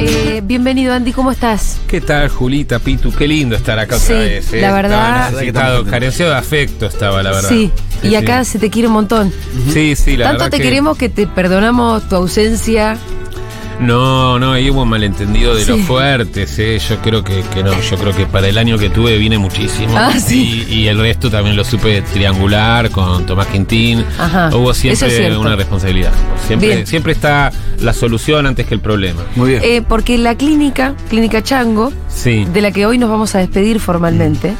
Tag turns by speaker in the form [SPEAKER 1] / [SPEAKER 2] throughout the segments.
[SPEAKER 1] eh, bienvenido Andy, ¿cómo estás?
[SPEAKER 2] ¿Qué tal, Julita, Pitu? Qué lindo estar acá otra
[SPEAKER 1] Sí,
[SPEAKER 2] vez. ¿eh?
[SPEAKER 1] la verdad-
[SPEAKER 2] Estaba
[SPEAKER 1] La
[SPEAKER 2] necesitado, carenciado de afecto estaba, la verdad.
[SPEAKER 1] Sí, y acá se te quiere un montón.
[SPEAKER 2] Sí, sí, la
[SPEAKER 1] Tanto
[SPEAKER 2] verdad
[SPEAKER 1] te
[SPEAKER 2] que-
[SPEAKER 1] queremos que te perdonamos tu ausencia.
[SPEAKER 2] No, no, ahí hubo un malentendido de
[SPEAKER 1] Sí.
[SPEAKER 2] los fuertes, ¿eh? Yo creo que, que no, yo creo que para el año que tuve vine muchísimo.
[SPEAKER 1] Ah, sí.
[SPEAKER 2] Y, y el resto también lo supe triangular con Tomás Quintín.
[SPEAKER 1] Ajá,
[SPEAKER 2] Hubo
[SPEAKER 1] eso es
[SPEAKER 2] siempre
[SPEAKER 1] cierto.
[SPEAKER 2] una responsabilidad. Siempre,
[SPEAKER 1] Bien.
[SPEAKER 2] siempre está la solución antes que el problema.
[SPEAKER 3] Muy bien.
[SPEAKER 1] Eh, porque la clínica, Clínica Chango,
[SPEAKER 2] Sí.
[SPEAKER 1] de la que hoy nos vamos a despedir formalmente.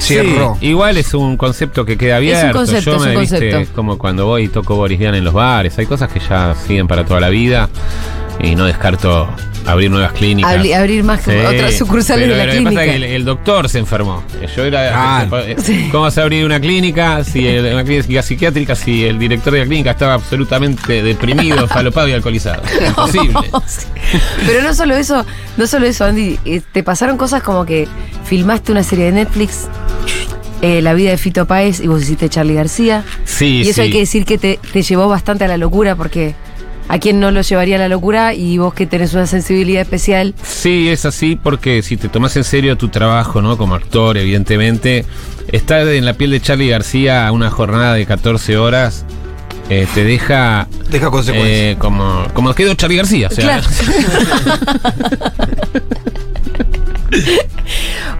[SPEAKER 3] Cierro.
[SPEAKER 2] Sí, igual es un concepto que queda
[SPEAKER 1] un
[SPEAKER 2] abierto.
[SPEAKER 1] concepto,
[SPEAKER 2] Yo
[SPEAKER 1] es
[SPEAKER 2] me
[SPEAKER 1] un
[SPEAKER 2] viste,
[SPEAKER 1] concepto.
[SPEAKER 2] es como cuando voy y toco Boris Vian en los bares. Hay cosas que ya siguen para toda la vida y no descarto abrir nuevas clínicas.
[SPEAKER 1] Abri- abrir más
[SPEAKER 2] Sí,
[SPEAKER 1] otras sucursales
[SPEAKER 2] pero
[SPEAKER 1] de la
[SPEAKER 2] lo que
[SPEAKER 1] clínica.
[SPEAKER 2] pasa es que el, el doctor se enfermó. Yo era. eh,
[SPEAKER 3] Ah.
[SPEAKER 1] Sí.
[SPEAKER 2] ¿Cómo vas a abrir una clínica si el- una clínica psiquiátrica si el director de la clínica estaba absolutamente deprimido, falopado y alcoholizado? Imposible.
[SPEAKER 1] Sí. Pero no solo eso, no solo eso, Andy, eh, te pasaron cosas como que filmaste una serie de Netflix, eh, La vida de Fito Páez, y vos hiciste Charlie García.
[SPEAKER 2] Sí,
[SPEAKER 1] Y eso
[SPEAKER 2] sí.
[SPEAKER 1] hay que decir que te, te llevó bastante a la locura, porque a quién no lo llevaría a la locura y vos que tenés una sensibilidad especial.
[SPEAKER 2] Sí, es así porque si te tomas en serio tu trabajo, ¿no? Como actor, evidentemente, estar en la piel de Charlie García una jornada de 14 horas eh, te deja
[SPEAKER 3] Deja consecuencias.
[SPEAKER 2] eh, como, como quedó Charlie García. o sea,
[SPEAKER 1] Claro.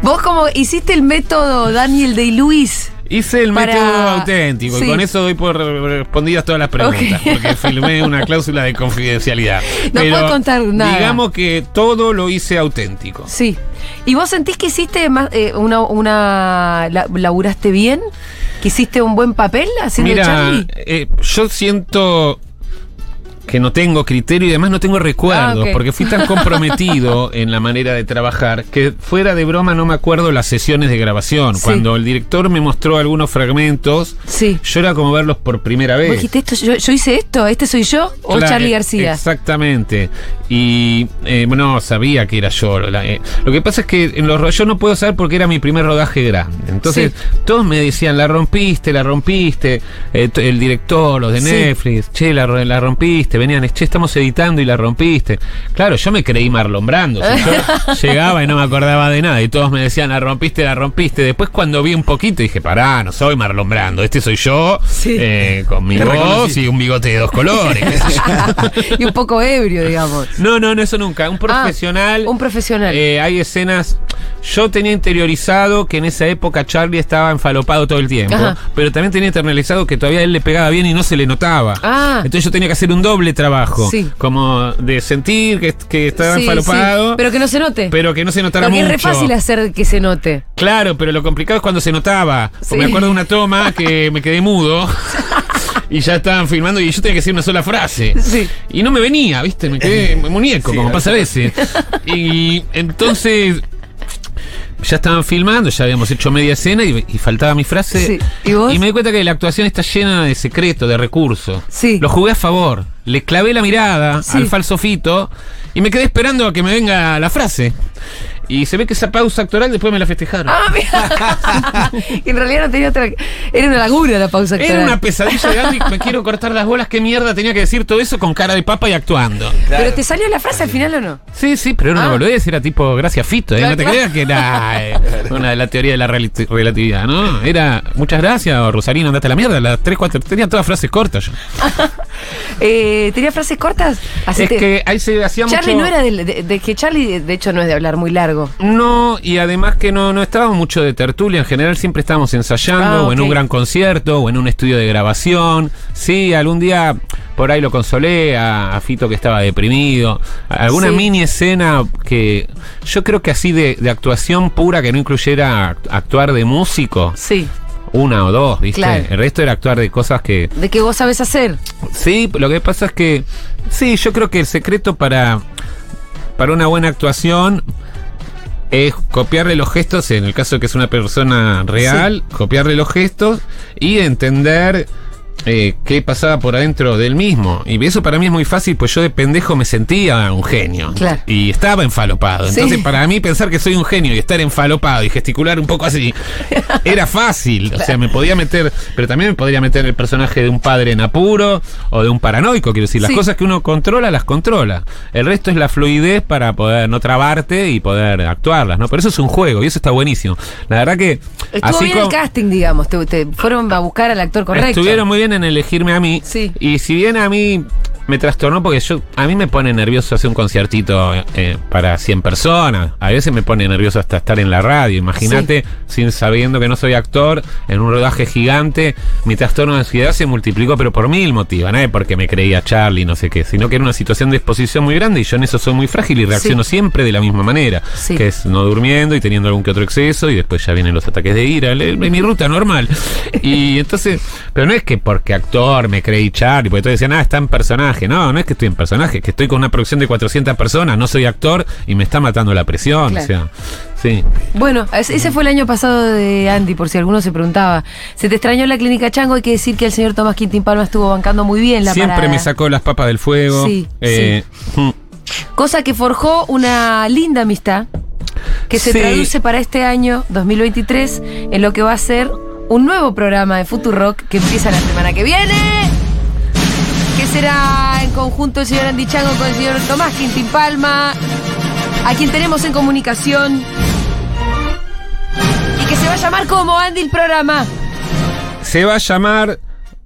[SPEAKER 1] Vos como hiciste el método Daniel de Luis.
[SPEAKER 2] Hice el
[SPEAKER 1] Para-
[SPEAKER 2] método auténtico
[SPEAKER 1] sí.
[SPEAKER 2] y con eso doy por respondidas todas las preguntas,
[SPEAKER 1] Ok.
[SPEAKER 2] porque filmé una cláusula de confidencialidad.
[SPEAKER 1] No puedo contar nada.
[SPEAKER 2] Digamos que todo lo hice auténtico.
[SPEAKER 1] Sí. ¿Y vos sentís que hiciste más, eh, una, una la- laburaste bien? ¿Que hiciste un buen papel haciendo Charlie?
[SPEAKER 2] eh, yo siento que no tengo criterio y además no tengo recuerdos,
[SPEAKER 1] Ah, ok.
[SPEAKER 2] porque fui tan comprometido en la manera de trabajar que fuera de broma no me acuerdo las sesiones de grabación.
[SPEAKER 1] Sí.
[SPEAKER 2] Cuando el director me mostró algunos fragmentos,
[SPEAKER 1] Sí.
[SPEAKER 2] yo era como verlos por primera
[SPEAKER 1] Vos
[SPEAKER 2] vez.
[SPEAKER 1] dijiste esto, yo, yo hice esto, este soy yo o
[SPEAKER 2] Claro,
[SPEAKER 1] Charlie
[SPEAKER 2] eh,
[SPEAKER 1] García.
[SPEAKER 2] Exactamente. Y eh, bueno, sabía que era yo. la- eh, Lo que pasa es que en los ro- yo no puedo saber porque era mi primer rodaje grande. Entonces, todos me decían, la rompiste, la rompiste. Eh, t- el director, los de
[SPEAKER 1] Sí.
[SPEAKER 2] Netflix, che, la, ro- la rompiste. Venían, che, estamos editando y la rompiste. Claro, yo me creí Marlon Brando. o sea, yo llegaba y no me acordaba de nada. Y todos me decían, la rompiste, la rompiste. Después, cuando vi un poquito, dije, pará, no soy Marlon Brando. Este soy yo,
[SPEAKER 1] Sí.
[SPEAKER 2] eh, con mi
[SPEAKER 3] Te
[SPEAKER 2] voz
[SPEAKER 3] reconocí.
[SPEAKER 2] y un bigote de dos colores. qué sé yo.
[SPEAKER 1] y un poco ebrio, digamos.
[SPEAKER 2] No, no, no, eso nunca. Un
[SPEAKER 1] Ah,
[SPEAKER 2] profesional.
[SPEAKER 1] un profesional.
[SPEAKER 2] eh, hay escenas. Yo tenía interiorizado que en esa época Charlie estaba enfalopado todo el tiempo.
[SPEAKER 1] Ajá.
[SPEAKER 2] Pero también tenía internalizado que todavía él le pegaba bien y no se le notaba.
[SPEAKER 1] Ah.
[SPEAKER 2] Entonces yo tenía que hacer un doble trabajo.
[SPEAKER 1] Sí.
[SPEAKER 2] Como de sentir que, que estaba
[SPEAKER 1] Sí,
[SPEAKER 2] enfalopado.
[SPEAKER 1] sí,
[SPEAKER 2] pero,
[SPEAKER 1] Pero que no se note.
[SPEAKER 2] que no se notara
[SPEAKER 1] Porque es
[SPEAKER 2] mucho.
[SPEAKER 1] re fácil hacer que se note.
[SPEAKER 2] Claro, pero lo complicado es cuando se notaba. Porque
[SPEAKER 1] Sí.
[SPEAKER 2] Me acuerdo de una toma que me quedé mudo. Y ya estaban filmando y yo tenía que decir una sola frase.
[SPEAKER 1] Sí.
[SPEAKER 2] Y no me venía, ¿viste? Me quedé muñeco, como pasa a veces. Y entonces ya estaban filmando, ya habíamos hecho media escena y, y faltaba mi frase.
[SPEAKER 1] Sí. ¿Y vos?
[SPEAKER 2] me di cuenta que la actuación está llena de secretos, de recursos.
[SPEAKER 1] Sí.
[SPEAKER 2] Lo jugué a favor. Le clavé la mirada
[SPEAKER 1] Sí.
[SPEAKER 2] al falso fito y me quedé esperando a que me venga la frase. Y se ve que esa pausa actoral después me la festejaron.
[SPEAKER 1] Ah, mira. en realidad no tenía otra. Era una laguna la pausa que
[SPEAKER 2] Era una pesadilla de Andy, me quiero cortar las bolas, qué mierda tenía que decir todo eso con cara de papa y actuando.
[SPEAKER 1] Pero te salió la frase al final o no?
[SPEAKER 2] Sí, sí, pero era
[SPEAKER 1] Ah.
[SPEAKER 2] una boludez, era tipo gracias Fito, ¿eh?
[SPEAKER 1] Claro,
[SPEAKER 2] no te
[SPEAKER 1] claro.
[SPEAKER 2] creas que era eh, una de la teoría de la relati- relatividad, ¿no? Era muchas gracias, o Rosalina, andate a la mierda, las tres, cuatro, tenía todas frases cortas yo.
[SPEAKER 1] Eh, ¿Tenía frases cortas? Así
[SPEAKER 2] es
[SPEAKER 1] te-
[SPEAKER 2] que ahí se hacía
[SPEAKER 1] Charlie
[SPEAKER 2] mucho...
[SPEAKER 1] no era del- de, de que Charlie, de hecho, no es de hablar muy largo.
[SPEAKER 2] No, y además que no, no estábamos mucho de tertulia, en general siempre estábamos ensayando,
[SPEAKER 1] Ah,
[SPEAKER 2] o en
[SPEAKER 1] ok.
[SPEAKER 2] un gran concierto, o en un estudio de grabación. Sí, algún día por ahí lo consolé a, a Fito que estaba deprimido. Alguna
[SPEAKER 1] Sí.
[SPEAKER 2] mini escena que yo creo que así de, de actuación pura que no incluyera act- actuar de músico,
[SPEAKER 1] Sí.
[SPEAKER 2] una o dos, ¿viste?
[SPEAKER 1] Claro.
[SPEAKER 2] El resto era actuar de cosas que...
[SPEAKER 1] De que vos sabes hacer.
[SPEAKER 2] Sí, lo que pasa es que. Sí, yo creo que el secreto para. Para una buena actuación. Es copiarle los gestos, en el caso de que es una persona real, copiarle los gestos y entender eh, qué pasaba por adentro del mismo. Y eso para mí es muy fácil, pues yo de pendejo me sentía un genio.
[SPEAKER 1] Claro.
[SPEAKER 2] Y estaba enfalopado.
[SPEAKER 1] Sí.
[SPEAKER 2] Entonces, para mí, pensar que soy un genio y estar enfalopado y gesticular un poco así era fácil. O sea, me podía meter, pero también me podría meter el personaje de un padre en apuro o de un paranoico. Quiero decir, las
[SPEAKER 1] Sí.
[SPEAKER 2] cosas que uno controla, las controla. El resto es la fluidez para poder no trabarte y poder actuarlas, ¿no? Pero eso es un juego y eso está buenísimo. La verdad que.
[SPEAKER 1] Estuvo bien
[SPEAKER 2] como-
[SPEAKER 1] el casting, digamos. Te, te fueron a buscar al actor correcto.
[SPEAKER 2] Estuvieron muy bien en elegirme a mí.
[SPEAKER 1] Sí.
[SPEAKER 2] Y si bien a mí me trastornó, porque yo a mí me pone nervioso hacer un conciertito eh, para 100 personas. A veces me pone nervioso hasta estar en la radio. Imagínate, sin sabiendo que no soy actor, en un rodaje gigante, mi trastorno de ansiedad se multiplicó, pero por mil motivos. No es porque me creía Charlie, no sé qué, sino que era una situación de exposición muy grande y yo en eso soy muy frágil y reacciono siempre de la misma manera.
[SPEAKER 1] Sí.
[SPEAKER 2] Que es no durmiendo y teniendo algún que otro exceso y después ya vienen los ataques de ira. Le- mi ruta normal. Y entonces, pero no es que porque actor me creí Charlie, porque todos decían, ah, está en personaje. No, no es que estoy en personaje, es que estoy con una producción de 400 personas, no soy actor y me está matando la presión.
[SPEAKER 1] Claro.
[SPEAKER 2] O sea, sí.
[SPEAKER 1] Bueno, es- ese fue el año pasado de Andy, por si alguno se preguntaba. Se te extrañó la clínica Chango, hay que decir que el señor Tomás Quintín Palma estuvo bancando muy bien la
[SPEAKER 2] Siempre
[SPEAKER 1] parada.
[SPEAKER 2] me sacó las papas del fuego.
[SPEAKER 1] Sí,
[SPEAKER 2] Eh, mm.
[SPEAKER 1] Cosa que forjó una linda amistad que se
[SPEAKER 2] Sí.
[SPEAKER 1] traduce para este año 2023 en lo que va a ser un nuevo programa de Futurock que empieza la semana que viene. Que será en conjunto el señor Andy Chango con el señor Tomás Quintín Palma, a quien tenemos en comunicación. Y que se va a llamar como Andy el programa.
[SPEAKER 2] Se va a llamar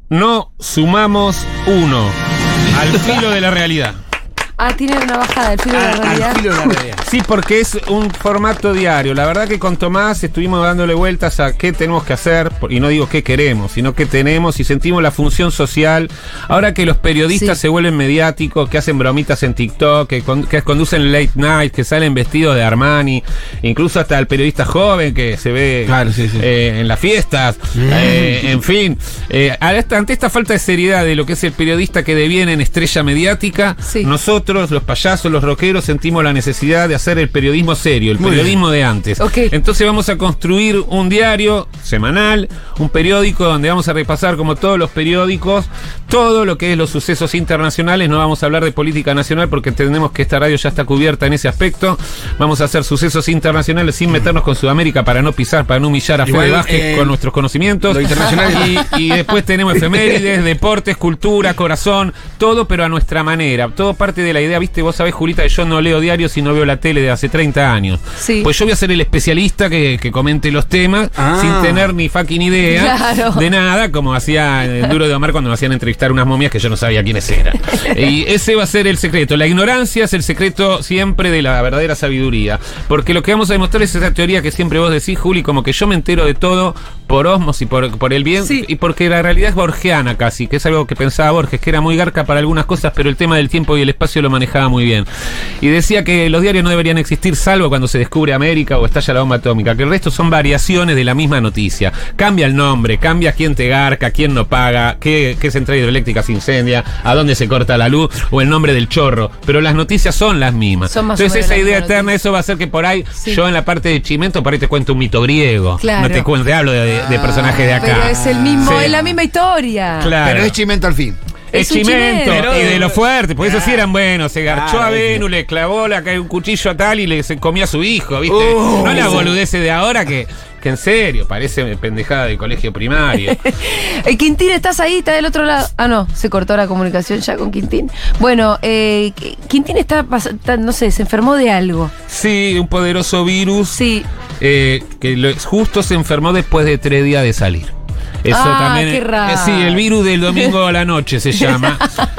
[SPEAKER 2] No Sumamos Uno. Al filo de la realidad.
[SPEAKER 1] Ah, tiene una bajada del
[SPEAKER 2] Ah,
[SPEAKER 1] filo de la realidad.
[SPEAKER 3] Ah, Al filo de la realidad.
[SPEAKER 2] Sí, porque es un formato diario. La verdad que con Tomás estuvimos dándole vueltas a qué tenemos que hacer, por- y no digo qué queremos, sino qué tenemos y sentimos la función social. Ahora que los periodistas
[SPEAKER 1] Sí.
[SPEAKER 2] se vuelven mediáticos, que hacen bromitas en TikTok, que, con- que conducen late night, que salen vestidos de Armani, incluso hasta el periodista joven que se ve
[SPEAKER 3] Claro, sí, Mm. sí.
[SPEAKER 2] eh, en las fiestas, eh, en fin. Eh, a esta- ante esta falta de seriedad de lo que es el periodista que deviene en estrella mediática,
[SPEAKER 1] Sí.
[SPEAKER 2] nosotros, los payasos, los rockeros, sentimos la necesidad de hacer el periodismo serio, el
[SPEAKER 3] Muy bien.
[SPEAKER 2] periodismo de antes.
[SPEAKER 1] Ok.
[SPEAKER 2] Entonces vamos a construir un diario semanal, un periódico donde vamos a repasar, como todos los periódicos, todo lo que es los sucesos internacionales. No vamos a hablar de política nacional porque entendemos que esta radio ya está cubierta en ese aspecto. Vamos a hacer sucesos internacionales sin meternos con Sudamérica para no pisar, para no humillar a Fede
[SPEAKER 3] Igual,
[SPEAKER 2] Vázquez
[SPEAKER 3] eh,
[SPEAKER 2] con nuestros conocimientos.
[SPEAKER 3] lo internacional
[SPEAKER 2] y, y después tenemos efemérides, deportes, cultura, corazón, todo, pero a nuestra manera. Todo parte de la idea, viste, vos sabés, Julita, que yo no leo diarios y no veo la tele de hace 30 años.
[SPEAKER 1] Sí.
[SPEAKER 2] Pues yo voy a ser el especialista que, que comente los temas
[SPEAKER 3] Ah.
[SPEAKER 2] sin tener ni fucking idea
[SPEAKER 1] Claro.
[SPEAKER 2] de nada, como hacía el duro de Omar cuando nos hacían entrevistar unas momias que yo no sabía quiénes eran. y ese va a ser el secreto. La ignorancia es el secreto siempre de la verdadera sabiduría. Porque lo que vamos a demostrar es esa teoría que siempre vos decís, Juli, como que yo me entero de todo por osmos y por, por el bien,
[SPEAKER 1] Sí.
[SPEAKER 2] y porque la realidad es borgiana casi, que es algo que pensaba Borges, que era muy garca para algunas cosas, pero el tema del tiempo y el espacio lo manejaba muy bien. Y decía que los diarios no deberían existir salvo cuando se descubre América o estalla la bomba atómica, que el resto son variaciones de la misma noticia. Cambia el nombre, cambia quién te garca, quién no paga, qué, qué central hidroeléctrica se incendia, a dónde se corta la luz o el nombre del chorro, pero las noticias son las mismas.
[SPEAKER 1] Son más o
[SPEAKER 2] Entonces
[SPEAKER 1] menos
[SPEAKER 2] esa
[SPEAKER 1] las
[SPEAKER 2] idea
[SPEAKER 1] mismas
[SPEAKER 2] eterna, eso va a hacer que por ahí
[SPEAKER 1] Sí.
[SPEAKER 2] yo en la parte de Chimento, por ahí te cuento un mito griego.
[SPEAKER 1] Claro.
[SPEAKER 2] No te cuento, te hablo de, de personajes de acá.
[SPEAKER 1] Pero es el mismo,
[SPEAKER 2] Sí.
[SPEAKER 1] es la misma historia.
[SPEAKER 2] Claro.
[SPEAKER 3] Pero es chimento al fin.
[SPEAKER 2] Es
[SPEAKER 1] Es un
[SPEAKER 2] chimento
[SPEAKER 1] chimento.
[SPEAKER 2] y de lo fuerte, porque esos sí eran buenos. Se garchó
[SPEAKER 3] Claro,
[SPEAKER 2] a Venus, le clavó la, un cuchillo a tal y le se comía a su hijo, ¿viste?
[SPEAKER 1] Uh.
[SPEAKER 2] no la boludece de ahora que, que en serio, parece pendejada de colegio primario.
[SPEAKER 1] Eh, Quintín, ¿estás ahí? ¿Está del otro lado? Ah, no, se cortó la comunicación ya con Quintín. Bueno, eh, Qu- Quintín está, pas- está- no sé, se enfermó de algo.
[SPEAKER 2] Sí, un poderoso virus
[SPEAKER 1] Sí.
[SPEAKER 2] eh, que lo- justo se enfermó después de tres días de salir. Eso
[SPEAKER 1] Ah,
[SPEAKER 2] también.
[SPEAKER 1] qué raro.
[SPEAKER 2] eh, sí, el virus del domingo a la noche se llama.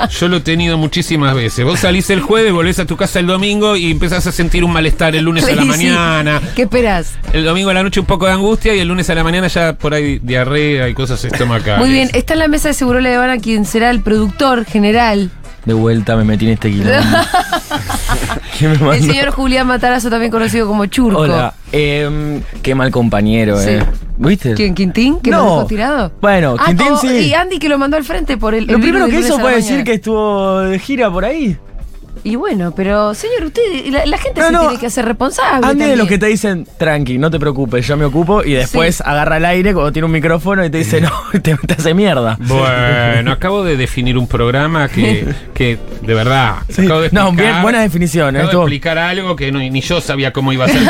[SPEAKER 2] Yo lo he tenido muchísimas veces. Vos salís el jueves, volvés a tu casa el domingo y empezás a sentir un malestar el lunes a la
[SPEAKER 1] Sí.
[SPEAKER 2] mañana.
[SPEAKER 1] ¿Qué esperas?
[SPEAKER 2] El domingo a la noche un poco de angustia y el lunes a la mañana ya por ahí diarrea y cosas estomacales.
[SPEAKER 1] Muy bien, está en la mesa de Seguro Le Habana quien será el productor general,
[SPEAKER 4] De vuelta me metí en este quilombo. ¿Qué me
[SPEAKER 1] el
[SPEAKER 4] mandó?
[SPEAKER 1] señor Julián Matarazo, también conocido como Churco.
[SPEAKER 4] Hola. Em, qué mal compañero,
[SPEAKER 1] Sí.
[SPEAKER 4] eh. ¿Viste?
[SPEAKER 1] ¿Quién? ¿Quintín? ¿Que
[SPEAKER 4] No.
[SPEAKER 1] lo dejó tirado?
[SPEAKER 4] Bueno,
[SPEAKER 1] Ah,
[SPEAKER 4] Quintín
[SPEAKER 1] o-
[SPEAKER 4] sí.
[SPEAKER 1] Y Andy que lo mandó al frente por el.
[SPEAKER 4] Lo
[SPEAKER 1] el
[SPEAKER 4] primero
[SPEAKER 1] virus
[SPEAKER 4] que
[SPEAKER 1] del
[SPEAKER 4] hizo
[SPEAKER 1] lunes a
[SPEAKER 4] fue
[SPEAKER 1] la
[SPEAKER 4] decir
[SPEAKER 1] mañana.
[SPEAKER 4] que estuvo de gira por ahí.
[SPEAKER 1] Y bueno, pero señor, usted, la, la gente Este
[SPEAKER 4] No,
[SPEAKER 1] se
[SPEAKER 4] no,
[SPEAKER 1] tiene que hacer responsable.
[SPEAKER 4] Ande de
[SPEAKER 1] también.
[SPEAKER 4] los que te dicen, tranqui, no te preocupes, yo me ocupo, y después
[SPEAKER 1] Sí.
[SPEAKER 4] agarra el aire cuando tiene un micrófono y te dice, no, te, te hace mierda.
[SPEAKER 2] Bueno, acabo de definir un programa que, que de verdad,
[SPEAKER 4] Sí.
[SPEAKER 2] acabo de
[SPEAKER 4] No,
[SPEAKER 2] explicar-
[SPEAKER 4] bien, buenas definiciones,
[SPEAKER 2] Acabo de
[SPEAKER 4] estuvo-
[SPEAKER 2] explicar algo que no- ni yo sabía cómo iba a ser.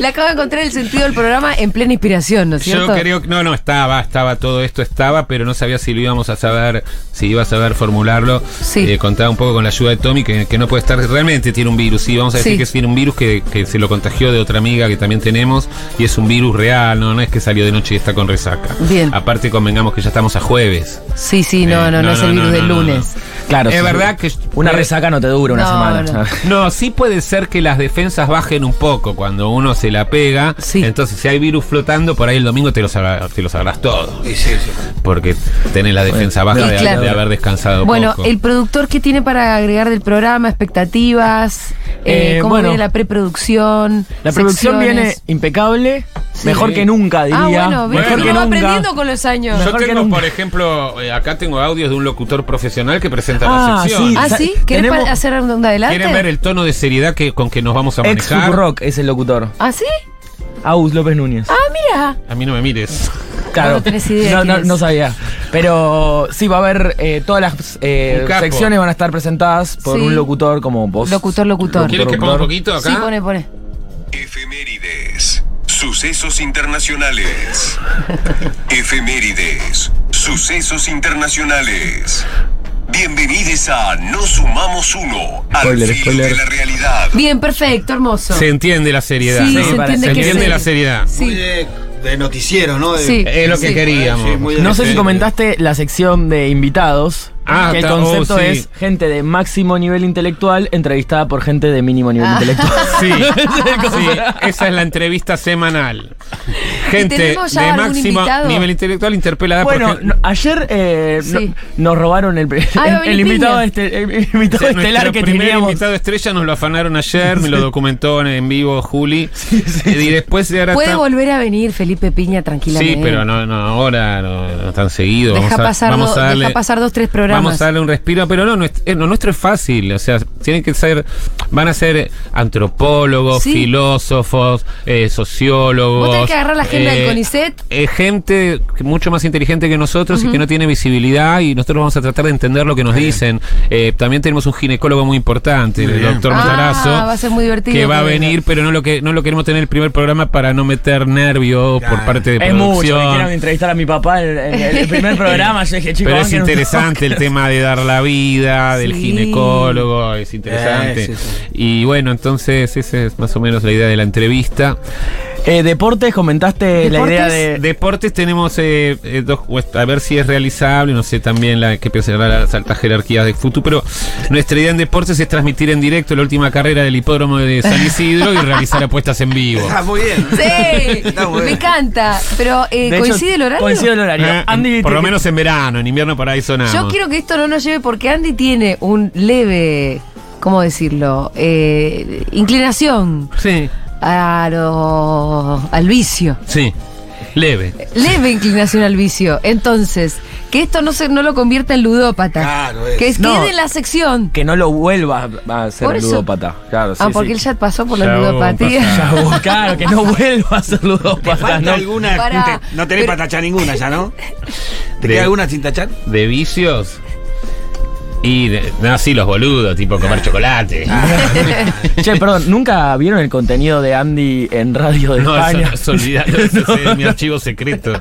[SPEAKER 1] Le acabo de encontrar el sentido del programa en plena inspiración, ¿no es
[SPEAKER 2] Yo
[SPEAKER 1] cierto?
[SPEAKER 2] creo que no, no, estaba, estaba, todo esto estaba, pero no sabía si lo íbamos a saber, si iba a saber formularlo.
[SPEAKER 1] Sí.
[SPEAKER 2] Eh, contaba un poco con la ayuda de Tommy, que, que no puede estar, realmente tiene un virus, sí, vamos a decir
[SPEAKER 1] Sí.
[SPEAKER 2] que tiene un virus que, que se lo contagió de otra amiga que también tenemos, y es un virus real, no, no es que salió de noche y está con resaca.
[SPEAKER 1] Bien.
[SPEAKER 2] Aparte convengamos que ya estamos a jueves.
[SPEAKER 1] Sí, sí, no,
[SPEAKER 2] Eh,
[SPEAKER 1] no, no,
[SPEAKER 2] no,
[SPEAKER 1] es el
[SPEAKER 2] no,
[SPEAKER 1] virus
[SPEAKER 2] no,
[SPEAKER 1] del
[SPEAKER 2] no, no,
[SPEAKER 1] lunes.
[SPEAKER 4] Claro.
[SPEAKER 2] Es eh,
[SPEAKER 4] sí.
[SPEAKER 2] verdad que-
[SPEAKER 4] Una resaca no te dura una
[SPEAKER 1] No,
[SPEAKER 4] semana.
[SPEAKER 1] no.
[SPEAKER 4] ¿sabes?
[SPEAKER 2] No, sí puede ser que las defensas bajen un poco cuando uno se la pega.
[SPEAKER 1] Sí.
[SPEAKER 2] Entonces, si hay virus flotando, por ahí el domingo te los, agarras, te los agarrás todos.
[SPEAKER 3] Sí, sí, sí.
[SPEAKER 2] Porque tenés la defensa
[SPEAKER 4] Bueno,
[SPEAKER 2] baja
[SPEAKER 1] y
[SPEAKER 2] de,
[SPEAKER 1] claro.
[SPEAKER 2] de haber descansado
[SPEAKER 1] Bueno,
[SPEAKER 2] poco.
[SPEAKER 1] el productor, ¿qué tiene para agregar del programa? ¿Expectativas? Eh,
[SPEAKER 4] Eh,
[SPEAKER 1] ¿Cómo
[SPEAKER 4] bueno.
[SPEAKER 1] viene la preproducción?
[SPEAKER 4] La producción
[SPEAKER 1] Secciones.
[SPEAKER 4] viene impecable,
[SPEAKER 2] Sí.
[SPEAKER 4] mejor que nunca, diría.
[SPEAKER 1] Ah, bueno, ¿ves?
[SPEAKER 2] Mejor
[SPEAKER 1] uno va
[SPEAKER 2] que
[SPEAKER 4] nunca.
[SPEAKER 1] aprendiendo con los años.
[SPEAKER 2] Yo
[SPEAKER 4] mejor que
[SPEAKER 2] tengo,
[SPEAKER 4] nunca.
[SPEAKER 2] por ejemplo, eh, acá tengo audios de un locutor profesional que presenta la
[SPEAKER 4] Ah,
[SPEAKER 2] sección.
[SPEAKER 1] ah,
[SPEAKER 4] sa-
[SPEAKER 1] ¿sí? ¿Querés
[SPEAKER 4] tenemos-
[SPEAKER 1] pa- hacer un, un adelante?
[SPEAKER 2] ¿Quieren ver el tono de seriedad que, con que nos vamos a
[SPEAKER 4] Ex
[SPEAKER 2] manejar?
[SPEAKER 4] Rock es el locutor.
[SPEAKER 1] ¿Ah, sí?
[SPEAKER 4] Agus López Núñez.
[SPEAKER 1] Ah, mira.
[SPEAKER 2] A mí no me mires.
[SPEAKER 1] no tenés idea
[SPEAKER 4] No,
[SPEAKER 1] quién
[SPEAKER 4] no-
[SPEAKER 1] es.
[SPEAKER 4] no sabía. Pero sí, va a haber eh, todas las eh,
[SPEAKER 2] Un capo.
[SPEAKER 4] secciones van a estar presentadas por
[SPEAKER 1] Sí.
[SPEAKER 4] un locutor como vos.
[SPEAKER 1] Locutor, locutor.
[SPEAKER 2] ¿Quieres que ponga un poquito acá?
[SPEAKER 1] Sí, pone, pone.
[SPEAKER 5] Efemérides. Sucesos internacionales. Efemérides. Sucesos internacionales. Bienvenidos a No Sumamos Uno. Al
[SPEAKER 4] Spoiler,
[SPEAKER 5] filo
[SPEAKER 4] spoiler.
[SPEAKER 5] de la realidad.
[SPEAKER 1] Bien, perfecto, hermoso.
[SPEAKER 2] Se entiende la seriedad.
[SPEAKER 1] Sí,
[SPEAKER 2] ¿no?
[SPEAKER 1] se
[SPEAKER 4] Sí, parece.
[SPEAKER 1] entiende
[SPEAKER 2] Se
[SPEAKER 1] que
[SPEAKER 2] entiende
[SPEAKER 1] sí.
[SPEAKER 2] la seriedad.
[SPEAKER 1] Sí.
[SPEAKER 3] Muy de, de noticiero, ¿no? De- Eh,
[SPEAKER 1] Sí.
[SPEAKER 2] Es lo que
[SPEAKER 1] Sí.
[SPEAKER 2] queríamos.
[SPEAKER 3] Sí, muy de-
[SPEAKER 4] No sé si comentaste la sección de invitados.
[SPEAKER 2] Este, Ah,
[SPEAKER 4] que el
[SPEAKER 2] ta- oh,
[SPEAKER 4] concepto
[SPEAKER 2] sí.
[SPEAKER 4] es gente de máximo nivel intelectual entrevistada por gente de mínimo nivel
[SPEAKER 1] Ah.
[SPEAKER 4] intelectual.
[SPEAKER 2] Sí, sí, esa es la entrevista semanal. Gente de
[SPEAKER 1] tenemos ya algún
[SPEAKER 2] máximo
[SPEAKER 1] invitado?
[SPEAKER 2] nivel intelectual interpelada
[SPEAKER 4] Bueno,
[SPEAKER 2] por
[SPEAKER 4] Ah, no,
[SPEAKER 2] gente-
[SPEAKER 4] ayer eh, no-
[SPEAKER 1] Sí.
[SPEAKER 4] nos robaron el,
[SPEAKER 1] Ah, va a venir
[SPEAKER 4] el invitado,
[SPEAKER 1] Piña.
[SPEAKER 4] este, el invitado
[SPEAKER 2] Nuestro
[SPEAKER 4] estelar que
[SPEAKER 2] primer
[SPEAKER 4] teníamos.
[SPEAKER 2] invitado estrella nos lo afanaron ayer, me lo documentó en, en vivo Juli. Eh, y después de ahora
[SPEAKER 1] Puede
[SPEAKER 2] está-
[SPEAKER 1] volver a venir Felipe Piña tranquilamente.
[SPEAKER 2] Sí, pero no, no ahora, no, no tan seguido.
[SPEAKER 1] Deja,
[SPEAKER 2] vamos a,
[SPEAKER 1] pasar
[SPEAKER 2] vamos
[SPEAKER 1] dos-
[SPEAKER 2] a darle,
[SPEAKER 1] deja pasar dos, tres programas.
[SPEAKER 2] Vamos a darle un respiro, pero no, nuestro, eh, lo nuestro es fácil. O sea, tienen que ser, van a ser antropólogos,
[SPEAKER 1] Sí.
[SPEAKER 2] filósofos, eh, sociólogos.
[SPEAKER 1] Vos tenés que agarrar la agenda del CONICET.
[SPEAKER 2] eh, gente que- mucho más inteligente que nosotros y que no tiene visibilidad y nosotros vamos a tratar de entender lo que nos dicen. Eh, también tenemos un ginecólogo muy importante, el
[SPEAKER 3] bien.
[SPEAKER 2] doctor
[SPEAKER 1] Ah,
[SPEAKER 2] Matarazo.
[SPEAKER 1] va a ser muy divertido
[SPEAKER 2] Que va a
[SPEAKER 1] que venga.
[SPEAKER 2] venir, pero no lo que no lo queremos tener el primer programa para no meter nervio por
[SPEAKER 3] Claro.
[SPEAKER 2] parte de
[SPEAKER 4] Es mucho,
[SPEAKER 2] producción.
[SPEAKER 4] me quieren entrevistar a mi papá en en el, primer programa. Yo dije, chicos,
[SPEAKER 2] Pero es
[SPEAKER 4] banquen un toque".
[SPEAKER 2] interesante el tema de dar la vida, del
[SPEAKER 1] Sí.
[SPEAKER 2] ginecólogo, es interesante.
[SPEAKER 3] Eh, sí, sí.
[SPEAKER 2] Y bueno, entonces esa es más o menos la idea de la entrevista.
[SPEAKER 4] Eh, deportes, comentaste la idea
[SPEAKER 1] ¿Deportes?
[SPEAKER 4] de.
[SPEAKER 2] Deportes tenemos eh, eh, dos, cuest- a ver si es realizable, no sé también la que pensará las altas jerarquías de futuro, pero nuestra idea en deportes es transmitir en directo la última carrera del hipódromo de San Isidro y realizar apuestas en vivo.
[SPEAKER 3] Ah, muy bien.
[SPEAKER 1] Sí,
[SPEAKER 3] Está muy
[SPEAKER 1] me
[SPEAKER 3] bien.
[SPEAKER 1] encanta. Pero eh,
[SPEAKER 4] de hecho,
[SPEAKER 1] coincide el horario.
[SPEAKER 4] Coincide el horario.
[SPEAKER 2] Eh,
[SPEAKER 4] Andy,
[SPEAKER 2] por
[SPEAKER 4] te-
[SPEAKER 2] lo menos en verano, en invierno por ahí sonamos.
[SPEAKER 1] Yo quiero que esto no nos lleve porque Andy tiene un leve, ¿cómo decirlo? Eh, inclinación
[SPEAKER 2] Sí,
[SPEAKER 1] a lo- al vicio.
[SPEAKER 2] sí, leve.
[SPEAKER 1] Leve inclinación al vicio. Entonces, que esto no se no lo convierta en ludópata.
[SPEAKER 3] Claro, es.
[SPEAKER 1] Que es-
[SPEAKER 4] No.
[SPEAKER 1] quede en la sección.
[SPEAKER 4] Que no lo vuelvas a
[SPEAKER 1] Por
[SPEAKER 4] ser
[SPEAKER 1] eso.
[SPEAKER 4] ludópata. Claro, sí,
[SPEAKER 1] ah, porque
[SPEAKER 4] sí.
[SPEAKER 1] él ya pasó por
[SPEAKER 2] Ya
[SPEAKER 1] la
[SPEAKER 2] hubo un
[SPEAKER 1] ludopatía.
[SPEAKER 2] pasado.
[SPEAKER 4] Ya, vos, claro, que no vuelva a ser ludópata.
[SPEAKER 3] Falta
[SPEAKER 4] ¿no?
[SPEAKER 3] alguna.
[SPEAKER 1] Pará.
[SPEAKER 3] te- no tenés
[SPEAKER 1] Pero-
[SPEAKER 3] para tachar ninguna ya, ¿no? ¿Te
[SPEAKER 2] De-
[SPEAKER 3] queda alguna sin tachar?
[SPEAKER 2] de vicios y de- no sí los boludos tipo comer chocolate
[SPEAKER 4] Ah, Che, perdón, ¿nunca vieron el contenido de Andy en radio de
[SPEAKER 2] no eso
[SPEAKER 4] España?
[SPEAKER 2] no es olvidado, eso es eh, mi archivo secreto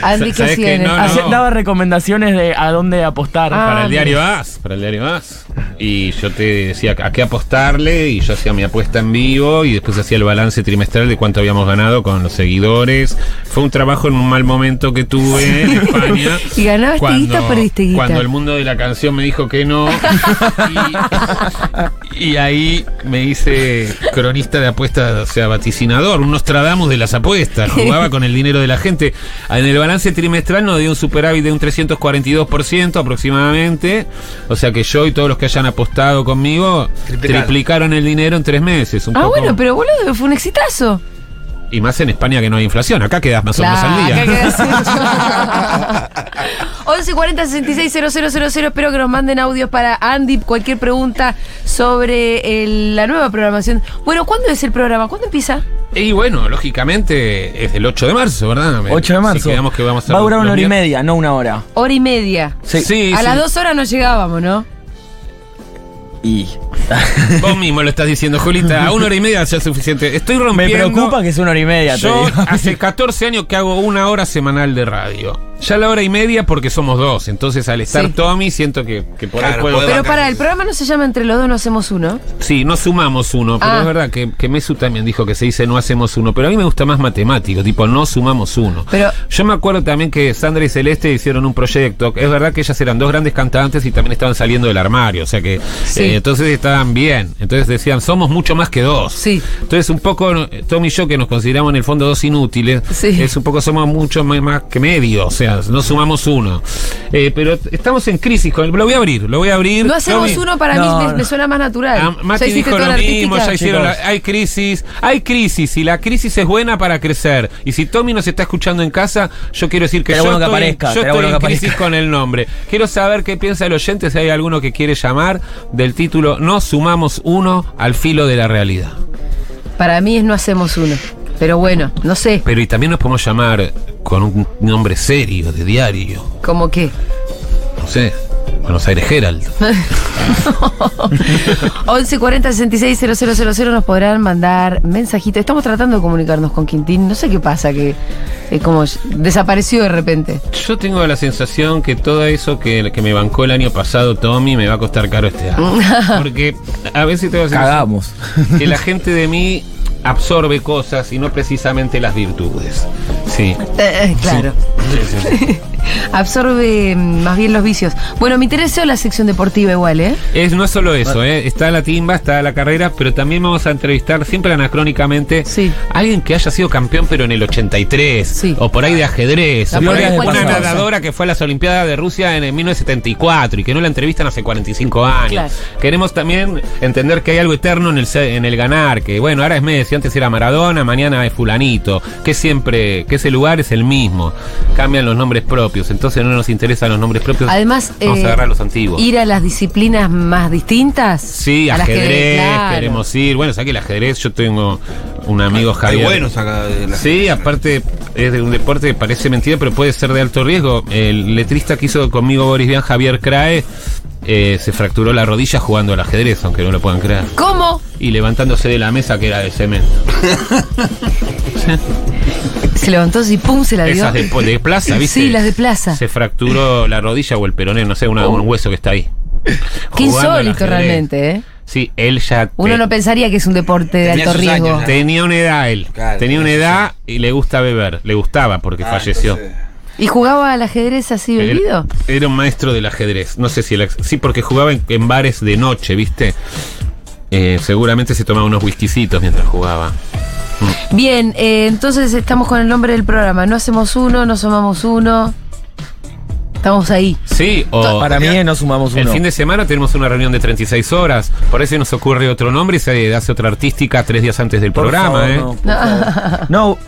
[SPEAKER 1] Andy,
[SPEAKER 2] Sa-
[SPEAKER 1] ¿qué
[SPEAKER 2] ¿sabés
[SPEAKER 1] tiene?
[SPEAKER 2] no,
[SPEAKER 4] Ayer
[SPEAKER 2] no.
[SPEAKER 4] daba recomendaciones de a dónde apostar.
[SPEAKER 1] Ah.
[SPEAKER 2] para el
[SPEAKER 1] mira.
[SPEAKER 2] diario As para el diario As y yo te decía a qué apostarle y yo hacía mi apuesta en vivo y después hacía el balance trimestral de cuánto habíamos ganado con los seguidores fue un trabajo en un mal momento que tuve en España
[SPEAKER 1] ¿Y ganabas guita o perdiste guita?
[SPEAKER 2] cuando el mundo de la canción me dijo que no Y ahí me hice cronista de apuestas, o sea, vaticinador, un Nostradamus de las apuestas. Jugaba con el dinero de la gente. En el balance trimestral nos dio un superávit de un 342% aproximadamente. O sea que yo y todos los que hayan apostado conmigo
[SPEAKER 3] Triplicaron.
[SPEAKER 2] triplicaron el dinero en tres meses. un
[SPEAKER 1] Ah,
[SPEAKER 2] poco.
[SPEAKER 1] bueno, pero boludo, fue un exitazo.
[SPEAKER 2] Y más en España que no hay inflación. Acá quedas más o
[SPEAKER 1] Claro,
[SPEAKER 2] menos al día.
[SPEAKER 1] acá quedas hecho. 11 40 66 000. Espero que nos manden audios para Andy. Cualquier pregunta sobre el- la nueva programación. Bueno, ¿cuándo es el programa? ¿Cuándo empieza?
[SPEAKER 2] Y bueno, lógicamente es el 8 de marzo, ¿verdad?
[SPEAKER 4] 8 de marzo.
[SPEAKER 2] Si quedamos que vamos a
[SPEAKER 4] Va a durar una hora y
[SPEAKER 2] los miércoles.
[SPEAKER 4] media, no una hora.
[SPEAKER 1] Hora y media.
[SPEAKER 4] Sí.
[SPEAKER 2] Sí,
[SPEAKER 1] a
[SPEAKER 2] sí.
[SPEAKER 1] las dos horas no llegábamos, ¿no?
[SPEAKER 4] Y.
[SPEAKER 2] Vos mismo lo estás diciendo, Julita. A una hora y media ya es suficiente. Estoy
[SPEAKER 4] Me
[SPEAKER 2] rompiendo.
[SPEAKER 4] preocupa que es una hora y media, te
[SPEAKER 2] Yo
[SPEAKER 4] digo.
[SPEAKER 2] hace 14 años que hago una hora semanal de radio. Ya la hora y media porque somos dos. Entonces al estar
[SPEAKER 1] Sí.
[SPEAKER 2] Tommy siento que, que por ahí
[SPEAKER 3] Claro,
[SPEAKER 2] puedo...
[SPEAKER 3] puedo-
[SPEAKER 1] Pero
[SPEAKER 3] bacán.
[SPEAKER 1] para, el programa no se llama Entre los dos, no hacemos uno.
[SPEAKER 2] Sí, no sumamos uno. Pero
[SPEAKER 1] Ah.
[SPEAKER 2] es verdad que, que Mesu también dijo que se dice no hacemos uno. Pero a mí me gusta más matemático, tipo no sumamos uno.
[SPEAKER 1] Pero-
[SPEAKER 2] Yo me acuerdo también que Sandra y Celeste hicieron un proyecto. Es verdad que ellas eran dos grandes cantantes y también estaban saliendo del armario. O sea que
[SPEAKER 1] Sí.
[SPEAKER 2] eh, entonces estaban bien. Entonces decían, somos mucho más que dos.
[SPEAKER 1] Sí.
[SPEAKER 2] Entonces un poco eh, Tom y yo, que nos consideramos en el fondo dos inútiles,
[SPEAKER 1] Sí.
[SPEAKER 2] es un poco somos mucho más- más que medio. O sea, no sumamos uno. Eh, pero estamos en crisis con el... Lo voy a abrir, lo voy a abrir.
[SPEAKER 1] No hacemos
[SPEAKER 2] Tommy-
[SPEAKER 1] uno para
[SPEAKER 4] No,
[SPEAKER 1] mí, me,
[SPEAKER 4] no.
[SPEAKER 1] me suena más natural.
[SPEAKER 2] Ah, Mati
[SPEAKER 1] Ya hiciste
[SPEAKER 2] dijo
[SPEAKER 1] toda
[SPEAKER 2] lo
[SPEAKER 1] la
[SPEAKER 2] mismo, ya
[SPEAKER 1] artística.
[SPEAKER 2] hicieron
[SPEAKER 4] Chicos.
[SPEAKER 2] la- hay crisis, hay crisis y la crisis es buena para crecer. Y si Tommy nos está escuchando en casa, yo quiero decir que yo
[SPEAKER 4] Será bueno que
[SPEAKER 2] estoy,
[SPEAKER 4] aparezca,
[SPEAKER 2] yo
[SPEAKER 4] será
[SPEAKER 2] estoy
[SPEAKER 4] bueno
[SPEAKER 2] en
[SPEAKER 4] que
[SPEAKER 2] crisis
[SPEAKER 4] aparezca.
[SPEAKER 2] con el nombre. Quiero saber qué piensa el oyente, si hay alguno que quiere llamar del título No sumamos uno al filo de la realidad.
[SPEAKER 1] Para mí es no hacemos uno. Pero bueno, no sé,
[SPEAKER 2] Pero y también nos podemos llamar con un nombre serio, de diario,
[SPEAKER 1] como que.
[SPEAKER 2] no sé, Buenos Aires Herald.
[SPEAKER 1] 11 40 66 000 nos podrán mandar mensajitos. Estamos tratando de comunicarnos con Quintín. No sé qué pasa, que eh, como desapareció de repente.
[SPEAKER 2] Yo tengo la sensación que todo eso que, que me bancó el año pasado Tommy me va a costar caro este año. Porque a veces tengo la sensación
[SPEAKER 4] Cagamos.
[SPEAKER 2] que la gente de mí absorbe cosas y no precisamente las virtudes. Sí.
[SPEAKER 1] Eh, eh, claro. Absorbe mm, más bien los vicios. Bueno, me interesó la sección deportiva igual, ¿eh?
[SPEAKER 2] Es, no es solo eso, ¿eh? está la timba, está la carrera, pero también vamos a entrevistar siempre anacrónicamente
[SPEAKER 1] Sí.
[SPEAKER 2] a alguien que haya sido campeón pero en el 83,
[SPEAKER 1] Sí.
[SPEAKER 2] o por ahí de ajedrez,
[SPEAKER 1] La
[SPEAKER 2] o por ahí
[SPEAKER 1] gloria del
[SPEAKER 2] una
[SPEAKER 1] pasado.
[SPEAKER 2] nadadora que fue a las Olimpiadas de Rusia en el 1974 y que no la entrevistan hace 45 años.
[SPEAKER 1] Claro.
[SPEAKER 2] Queremos también entender que hay algo eterno en el, se- en el ganar, que bueno, ahora es Messi, antes era Maradona, mañana es fulanito, que siempre, que ese lugar es el mismo, cambian los nombres propios, entonces no nos interesan los nombres propios,
[SPEAKER 1] Además,
[SPEAKER 2] vamos
[SPEAKER 1] eh,
[SPEAKER 2] a agarrar los antiguos.
[SPEAKER 1] ir a las disciplinas más distintas.
[SPEAKER 2] Sí,
[SPEAKER 1] a las que-
[SPEAKER 2] ajedrez,
[SPEAKER 1] claro.
[SPEAKER 2] queremos ir. Bueno, saqué el ajedrez, yo tengo un amigo
[SPEAKER 3] Hay
[SPEAKER 2] Javier.
[SPEAKER 3] buenos acá de la
[SPEAKER 2] Sí, aparte es de un deporte que parece mentira, pero puede ser de alto riesgo. El letrista que hizo conmigo Boris Vian, Javier Crae, eh, se fracturó la rodilla jugando al ajedrez, aunque no lo puedan creer.
[SPEAKER 1] ¿Cómo?
[SPEAKER 2] Y levantándose de la mesa que era de cemento.
[SPEAKER 1] Se levantó y pum, se la dio.
[SPEAKER 2] Esas de, de plaza, ¿viste?
[SPEAKER 1] Sí, las de plaza.
[SPEAKER 2] Se fracturó la rodilla o el peroné, no sé, una- un hueso que está ahí.
[SPEAKER 1] Qué
[SPEAKER 2] Jugando al
[SPEAKER 1] insólito
[SPEAKER 2] ajedrez.
[SPEAKER 1] realmente, ¿eh?
[SPEAKER 2] Sí, él ya.
[SPEAKER 1] Uno
[SPEAKER 2] te-
[SPEAKER 1] no pensaría que es un deporte de
[SPEAKER 3] Tenía
[SPEAKER 1] alto
[SPEAKER 3] sus
[SPEAKER 1] riesgo.
[SPEAKER 3] años, ¿no?
[SPEAKER 2] Tenía una edad él.
[SPEAKER 3] Claro,
[SPEAKER 2] tenía una
[SPEAKER 3] sí,
[SPEAKER 2] edad y le gusta beber. Le gustaba porque
[SPEAKER 3] Ah,
[SPEAKER 2] falleció.
[SPEAKER 3] entonces,
[SPEAKER 1] ¿Y jugaba al ajedrez así
[SPEAKER 2] Él
[SPEAKER 1] bebido?
[SPEAKER 2] era un maestro del ajedrez. No sé si el ex- Sí, porque jugaba en, en bares de noche, ¿viste? Eh, seguramente se tomaba unos whiskycitos mientras jugaba.
[SPEAKER 1] Bien, eh, entonces estamos con el nombre del programa. No hacemos uno, no sumamos uno. Estamos ahí.
[SPEAKER 2] Sí, o. eh,
[SPEAKER 4] Para mí no sumamos
[SPEAKER 2] El
[SPEAKER 4] uno.
[SPEAKER 2] fin de este semana tenemos una reunión de 36 horas. Por eso nos ocurre otro nombre y se hace otra artística tres días antes del
[SPEAKER 4] Por
[SPEAKER 2] programa,
[SPEAKER 4] favor,
[SPEAKER 2] ¿eh?
[SPEAKER 4] no, por favor. No,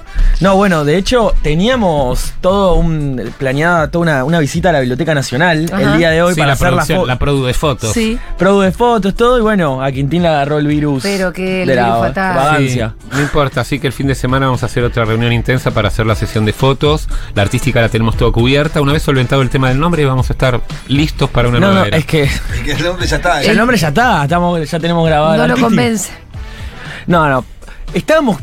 [SPEAKER 4] no, bueno, de hecho teníamos todo un planeada toda una, una visita a la Biblioteca Nacional
[SPEAKER 1] Ajá.
[SPEAKER 4] el día de hoy
[SPEAKER 2] Sí,
[SPEAKER 4] para
[SPEAKER 2] la
[SPEAKER 4] hacer las
[SPEAKER 2] producción,
[SPEAKER 4] fo-
[SPEAKER 2] la produ de fotos.
[SPEAKER 1] Sí.
[SPEAKER 4] produ de fotos, todo, y bueno, a Quintín le agarró el virus.
[SPEAKER 1] Pero que el
[SPEAKER 4] de la
[SPEAKER 1] virus fatal.
[SPEAKER 4] vagancia.
[SPEAKER 2] Sí, no importa, así que el fin de semana vamos a hacer otra reunión intensa para hacer la sesión de fotos. La artística la tenemos toda cubierta. Una vez solventado el tema del nombre, vamos a estar listos para una
[SPEAKER 4] No, no,
[SPEAKER 2] nueva era.
[SPEAKER 4] es que
[SPEAKER 3] y que el hombre ya está. ¿eh?
[SPEAKER 4] el nombre ya está, estamos, ya tenemos
[SPEAKER 2] Ah,
[SPEAKER 4] grabado.
[SPEAKER 1] No
[SPEAKER 4] el
[SPEAKER 1] lo
[SPEAKER 4] artístico.
[SPEAKER 1] convence.
[SPEAKER 4] No, no. Estábamos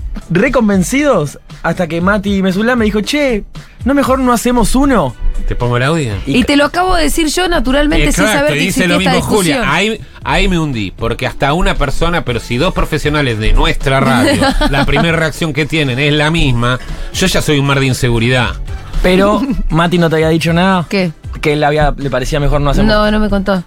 [SPEAKER 4] reconvencidos hasta que Mati Mesulá me dijo, che, ¿no mejor no hacemos uno?
[SPEAKER 2] ¿Te pongo el audio?
[SPEAKER 1] Y te lo acabo de decir yo naturalmente sin
[SPEAKER 2] Exacto,
[SPEAKER 1] saber
[SPEAKER 2] y
[SPEAKER 1] que
[SPEAKER 2] dice
[SPEAKER 1] existía
[SPEAKER 2] lo
[SPEAKER 1] esta
[SPEAKER 2] mismo
[SPEAKER 1] discusión.
[SPEAKER 2] Julia. Ahí, ahí me hundí, porque hasta una persona, pero si dos profesionales de nuestra radio, la primera reacción que tienen es la misma, yo ya soy un mar de inseguridad.
[SPEAKER 4] Pero Mati no te había dicho nada.
[SPEAKER 1] ¿Qué?
[SPEAKER 4] Que él había, le parecía mejor no hacemos
[SPEAKER 1] No, no me contó.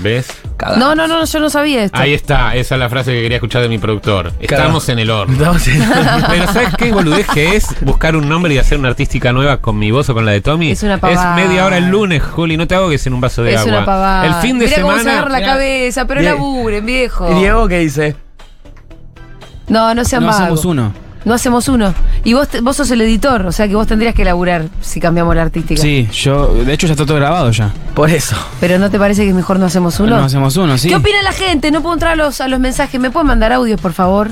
[SPEAKER 2] ¿Ves?
[SPEAKER 4] Cagada.
[SPEAKER 1] No, no, no, yo no sabía esto.
[SPEAKER 2] Ahí está, esa es la frase que quería escuchar de mi productor. Estamos en el horno.
[SPEAKER 4] Entonces,
[SPEAKER 2] Pero ¿sabes qué boludez que es buscar un nombre y hacer una artística nueva con mi voz o con la de Tommy?
[SPEAKER 1] Es una pavada.
[SPEAKER 2] Es media hora el lunes, Juli, no te hago que en un vaso de
[SPEAKER 1] es
[SPEAKER 2] agua.
[SPEAKER 1] una pavada.
[SPEAKER 2] El fin de
[SPEAKER 1] Mirá
[SPEAKER 2] semana.
[SPEAKER 1] cómo se agarra la
[SPEAKER 2] Mirá,
[SPEAKER 1] cabeza, pero
[SPEAKER 4] Die-
[SPEAKER 1] laburen, viejo.
[SPEAKER 4] Diego, ¿qué dice?
[SPEAKER 1] No, no sean
[SPEAKER 6] No
[SPEAKER 1] vagos.
[SPEAKER 6] hacemos uno.
[SPEAKER 1] No hacemos uno. Y vos, te- vos sos el editor, o sea que vos tendrías que laburar si cambiamos la artística.
[SPEAKER 6] Sí, yo, de hecho ya está todo grabado ya.
[SPEAKER 4] Por eso.
[SPEAKER 1] Pero ¿no te parece que es mejor no hacemos uno?
[SPEAKER 6] No hacemos uno, sí.
[SPEAKER 1] ¿Qué opina la gente? No puedo entrar a los, a los mensajes. ¿Me pueden mandar audios, por favor?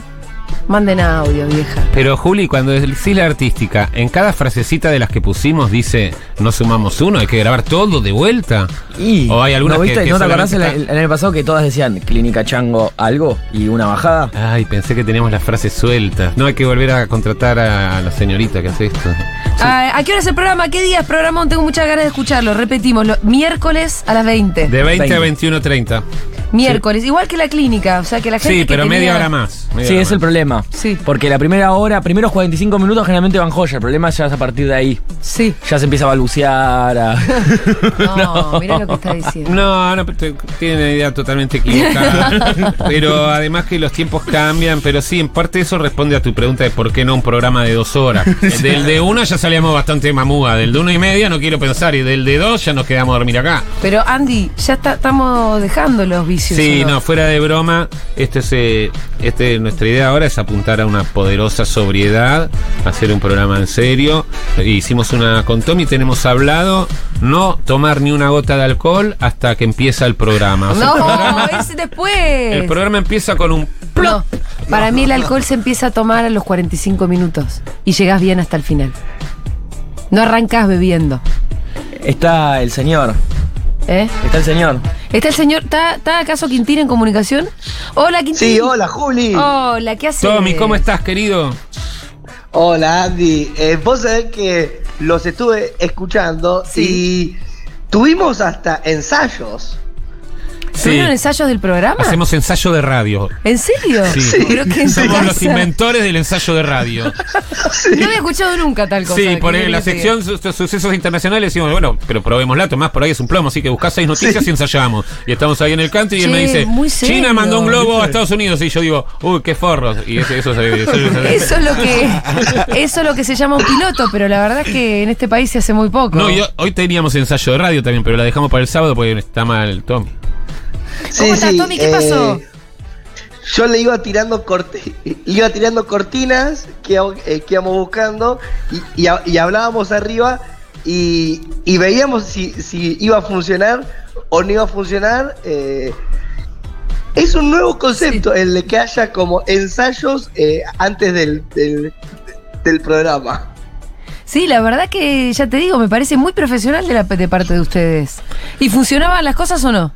[SPEAKER 1] Manden audio, vieja.
[SPEAKER 2] Pero Juli, cuando decís la artística, en cada frasecita de las que pusimos dice, no sumamos uno, hay que grabar todo de vuelta.
[SPEAKER 4] Y
[SPEAKER 2] o hay algunas
[SPEAKER 4] ¿no, viste,
[SPEAKER 2] que, que
[SPEAKER 4] ¿no te
[SPEAKER 2] solamente
[SPEAKER 4] acordás el,
[SPEAKER 2] está-
[SPEAKER 4] el año pasado que todas decían clínica chango algo y una bajada?
[SPEAKER 2] Ay, pensé que teníamos las frases sueltas. No hay que volver a contratar a la señorita que hace esto.
[SPEAKER 1] Ah, ¿A qué hora es el programa? ¿Qué días programón? Tengo muchas ganas de escucharlo. Repetimos, lo- miércoles a las 20.
[SPEAKER 2] De 20, a
[SPEAKER 4] 20.
[SPEAKER 2] 21.30.
[SPEAKER 1] miércoles, igual que la clínica. O sea, que la gente.
[SPEAKER 2] Sí,
[SPEAKER 1] que
[SPEAKER 2] pero
[SPEAKER 1] tenía-
[SPEAKER 2] media hora más. media
[SPEAKER 4] Sí,
[SPEAKER 2] hora
[SPEAKER 4] es el
[SPEAKER 2] más.
[SPEAKER 4] problema.
[SPEAKER 1] Sí.
[SPEAKER 4] Porque la primera hora, primeros 45 minutos generalmente van joya. El problema ya es a partir de ahí.
[SPEAKER 1] Sí.
[SPEAKER 4] Ya se empieza a balbucear. a-
[SPEAKER 1] No, mirá lo que está diciendo.
[SPEAKER 2] No, no, te- tiene una idea totalmente equivocada. pero además que los tiempos cambian, pero sí, en parte eso responde a tu pregunta de por qué no un programa de dos horas. Del de uno ya salíamos bastante mamúa, del de uno y media no quiero pensar, y del de dos ya nos quedamos a dormir acá.
[SPEAKER 1] Pero Andy, ya está- estamos dejando los vicios.
[SPEAKER 2] Sí,
[SPEAKER 1] ¿o
[SPEAKER 2] no, fuera de broma, este es, eh, este, nuestra idea ahora es apuntar a una poderosa sobriedad, hacer un programa en serio. Eh, Hicimos una con Tommy, tenemos hablado, no tomar ni una gota de alcohol hasta que empieza el programa. O sea, el
[SPEAKER 1] No,
[SPEAKER 2] programa-
[SPEAKER 1] es después.
[SPEAKER 2] el programa empieza con un
[SPEAKER 1] No, para mí el alcohol se empieza a tomar a los 45 minutos y llegás bien hasta el final. No arrancás bebiendo.
[SPEAKER 4] Está el señor.
[SPEAKER 1] ¿eh?
[SPEAKER 4] Está el señor.
[SPEAKER 1] ¿Está el señor? ¿Está, está acaso Quintín en comunicación? Hola, Quintín.
[SPEAKER 7] Sí, hola Juli.
[SPEAKER 1] Hola, ¿qué haces?
[SPEAKER 2] Tommy, ¿cómo estás, querido?
[SPEAKER 7] Hola Andy. Eh, vos sabés que los estuve escuchando y tuvimos hasta ensayos.
[SPEAKER 1] ¿Tuvieron ensayos del programa?
[SPEAKER 2] Hacemos ensayo de radio.
[SPEAKER 1] ¿En serio?
[SPEAKER 2] Sí.
[SPEAKER 1] Pero que en
[SPEAKER 2] Somos
[SPEAKER 1] casa.
[SPEAKER 2] los inventores del ensayo de radio.
[SPEAKER 1] No había escuchado nunca tal cosa.
[SPEAKER 2] Sí, por
[SPEAKER 1] que
[SPEAKER 2] ahí en la
[SPEAKER 1] yo diga.
[SPEAKER 2] sección su- su- sucesos internacionales decimos, bueno, pero probémosla, Tomás, por ahí es un plomo, así que buscás seis noticias y ensayamos. Y estamos ahí en el canto y
[SPEAKER 1] Che,
[SPEAKER 2] él me dice,
[SPEAKER 1] muy serio.
[SPEAKER 2] China mandó un globo a Estados Unidos y yo digo, uy, qué forros. Y ese- eso, se- eso- eso-
[SPEAKER 1] Eso es, lo que, eso es lo que se llama un piloto, pero la verdad es que en este país se hace muy poco.
[SPEAKER 2] No, yo, hoy teníamos ensayo de radio también, pero la dejamos para el sábado porque está mal Tommy.
[SPEAKER 1] ¿Cómo estás, Tommy? ¿Qué pasó?
[SPEAKER 7] eh, Yo le iba tirando, corti- iba tirando cortinas que, eh, que íbamos buscando y, y ha- y hablábamos arriba y, y veíamos si, si iba a funcionar o no iba a funcionar. eh. es un nuevo concepto el de que haya como ensayos eh, antes del, del, del programa.
[SPEAKER 1] Sí, la verdad que ya te digo, me parece muy profesional de, la, de parte de ustedes. ¿Y funcionaban las cosas o no?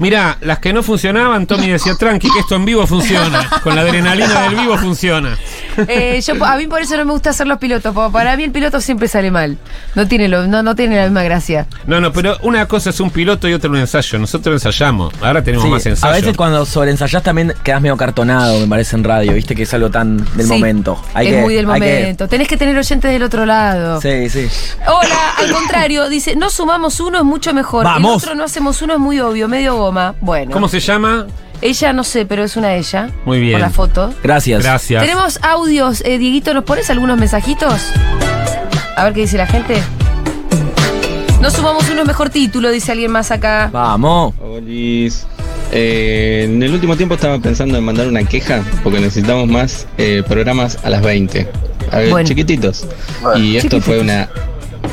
[SPEAKER 2] Mirá, las que no funcionaban, Tommy decía, tranqui, que esto en vivo funciona. Con la adrenalina del vivo funciona.
[SPEAKER 1] Eh, yo, a mí por eso no me gusta hacer los pilotos, porque para mí el piloto siempre sale mal. No tiene, lo, no, no tiene la misma gracia.
[SPEAKER 2] No, no, pero una cosa es un piloto y otra un ensayo. Nosotros ensayamos, ahora tenemos
[SPEAKER 4] Sí,
[SPEAKER 2] más
[SPEAKER 4] a
[SPEAKER 2] ensayos.
[SPEAKER 4] veces cuando sobreensayás también quedás medio cartonado, me parece, en radio. Viste que es algo tan del
[SPEAKER 1] Sí,
[SPEAKER 4] momento. Hay
[SPEAKER 1] es
[SPEAKER 4] que-
[SPEAKER 1] muy del
[SPEAKER 4] hay que-
[SPEAKER 1] momento. Tenés que tener oyentes del otro lado.
[SPEAKER 4] sí, sí.
[SPEAKER 1] Hola, al contrario, dice, no sumamos uno es mucho mejor. El
[SPEAKER 4] Vamos.
[SPEAKER 1] otro no hacemos uno es muy obvio, medio goma. Bueno.
[SPEAKER 2] ¿Cómo se llama?
[SPEAKER 1] Ella no sé, pero es una ella.
[SPEAKER 2] Muy bien.
[SPEAKER 1] Por la foto.
[SPEAKER 4] Gracias.
[SPEAKER 2] Gracias.
[SPEAKER 1] Tenemos audios. Eh, Dieguito, ¿nos pones algunos mensajitos? A ver qué dice la gente. No sumamos uno es mejor título, dice alguien más acá.
[SPEAKER 4] Vamos.
[SPEAKER 8] Olis. Eh, en el último tiempo estaba pensando en mandar una queja porque necesitamos más eh, programas a las 20. A ver,
[SPEAKER 1] Bueno.
[SPEAKER 8] chiquititos. y esto fue una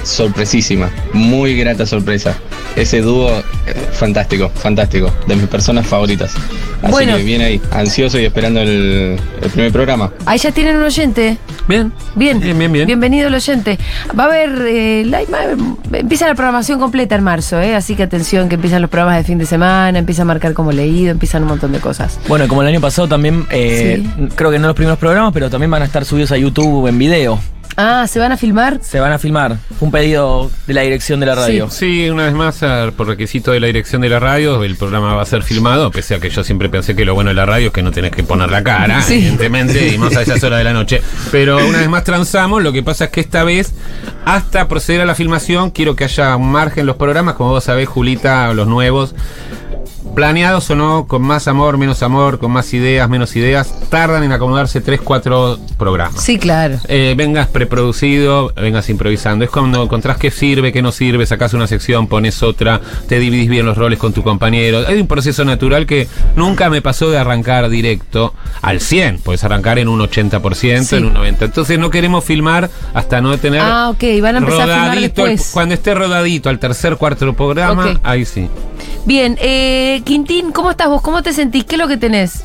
[SPEAKER 8] sorpresísima, muy grata sorpresa. Ese dúo, eh, fantástico, fantástico, de mis personas favoritas. Así
[SPEAKER 1] Bueno.
[SPEAKER 8] que viene ahí, ansioso y esperando el, el primer programa.
[SPEAKER 1] Ahí ya tienen un oyente.
[SPEAKER 2] Bien.
[SPEAKER 1] Bien.
[SPEAKER 2] Bien, bien, bien.
[SPEAKER 1] Bienvenido el oyente. Va a haber. eh, la- empieza la programación completa en marzo, ¿eh? Así que atención, que empiezan los programas de fin de semana, empieza a marcar como leído, empiezan un montón de cosas.
[SPEAKER 4] Bueno, como el año pasado también, eh,
[SPEAKER 1] Sí.
[SPEAKER 4] creo que no los primeros programas, pero también van a estar subidos a YouTube en video.
[SPEAKER 1] Ah, ¿se van a filmar?
[SPEAKER 4] Se van a filmar. Fue un pedido de la dirección de la radio.
[SPEAKER 2] Sí, una vez más, a- por requisito de la dirección de la radio, el programa va a ser filmado, pese a que yo siempre pensé que lo bueno de la radio es que no tenés que poner la cara,
[SPEAKER 1] Sí.
[SPEAKER 2] evidentemente, y más a esas horas de la noche. Pero una vez más transamos, lo que pasa es que esta vez, hasta proceder a la filmación, quiero que haya un margen en los programas, como vos sabés, Julita, los nuevos. planeados o no, con más amor, menos amor, con más ideas, menos ideas, tardan en acomodarse 3, 4 programas.
[SPEAKER 1] Sí, claro.
[SPEAKER 2] Eh, vengas preproducido, vengas improvisando. Es cuando encontrás qué sirve, qué no sirve, sacás una sección, pones otra, te dividís bien los roles con tu compañero. Hay un proceso natural que nunca me pasó de arrancar directo al 100. Puedes arrancar en un 80%,
[SPEAKER 1] Sí.
[SPEAKER 2] en un 90%. Entonces no queremos filmar hasta no tener.
[SPEAKER 1] Ah, ok, van a empezar a filmar
[SPEAKER 2] rodadito el-
[SPEAKER 1] después.
[SPEAKER 2] cuando esté rodadito al tercer, cuarto programa,
[SPEAKER 1] Ok.
[SPEAKER 2] ahí sí.
[SPEAKER 1] Bien, eh, Quintín, ¿cómo estás vos? ¿Cómo te sentís? ¿Qué es lo que tenés?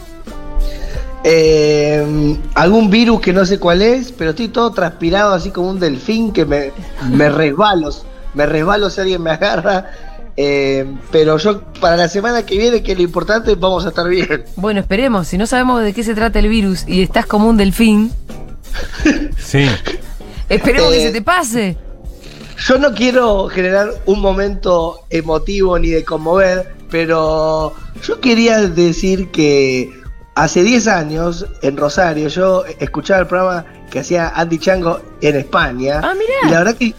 [SPEAKER 7] Eh, algún virus que no sé cuál es, pero estoy todo transpirado así como un delfín que me, me resbalo. Me resbalo si alguien me agarra. Eh, pero yo para la semana que viene, que lo importante, vamos a estar bien.
[SPEAKER 1] Bueno, esperemos, si no sabemos de qué se trata el virus y estás como un delfín,
[SPEAKER 2] Sí.
[SPEAKER 1] esperemos que
[SPEAKER 7] Eh.
[SPEAKER 1] se te pase.
[SPEAKER 7] Yo no quiero generar un momento emotivo ni de conmover, pero yo quería decir que hace 10 años en Rosario yo escuchaba el programa que hacía Andy Chango en España.
[SPEAKER 1] Ah, mirá.
[SPEAKER 7] Y la verdad que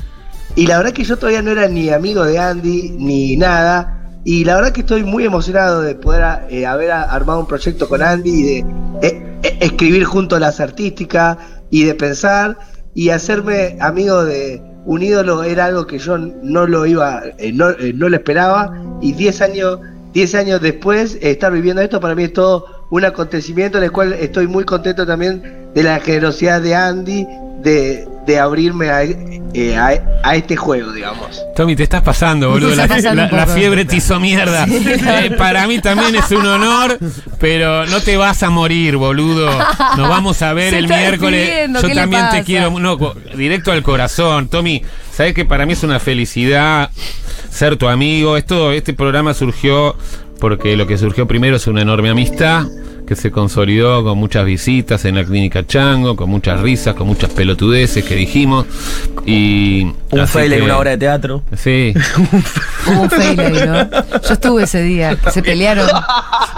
[SPEAKER 7] y la verdad que yo todavía no era ni amigo de Andy ni nada. Y la verdad que estoy muy emocionado de poder eh, haber a- armado un proyecto con Andy y de eh, eh, escribir junto las artísticas y de pensar y hacerme amigo de un ídolo era algo que yo no lo iba, eh, no, eh, no lo esperaba. Y 10 años, 10 años después, eh, estar viviendo esto para mí es todo un acontecimiento en el cual estoy muy contento también de la generosidad de Andy de, de abrirme a, eh, a- a este juego, digamos.
[SPEAKER 2] Tommy, te estás pasando, boludo.
[SPEAKER 1] Está
[SPEAKER 2] La,
[SPEAKER 1] pasando
[SPEAKER 2] la-
[SPEAKER 1] un
[SPEAKER 2] la
[SPEAKER 1] poco.
[SPEAKER 2] fiebre te hizo mierda. Eh, para mí también es un honor, pero no te vas a morir, boludo. Nos vamos a ver
[SPEAKER 1] Se
[SPEAKER 2] el
[SPEAKER 1] está
[SPEAKER 2] miércoles.
[SPEAKER 1] despidiendo,
[SPEAKER 2] Yo
[SPEAKER 1] ¿qué le
[SPEAKER 2] también
[SPEAKER 1] pasa?
[SPEAKER 2] te quiero. No, co- directo al corazón. Tommy, sabes que para mí es una felicidad ser tu amigo. Esto, este programa surgió porque lo que surgió primero es una enorme amistad que se consolidó con muchas visitas en la clínica Chango, con muchas risas, con muchas pelotudeces que dijimos. Y
[SPEAKER 4] Un
[SPEAKER 2] así
[SPEAKER 4] fail en
[SPEAKER 2] que-
[SPEAKER 4] una obra de teatro.
[SPEAKER 2] Sí.
[SPEAKER 1] Hubo un fail ahí, ¿no? Yo estuve ese día, se pelearon.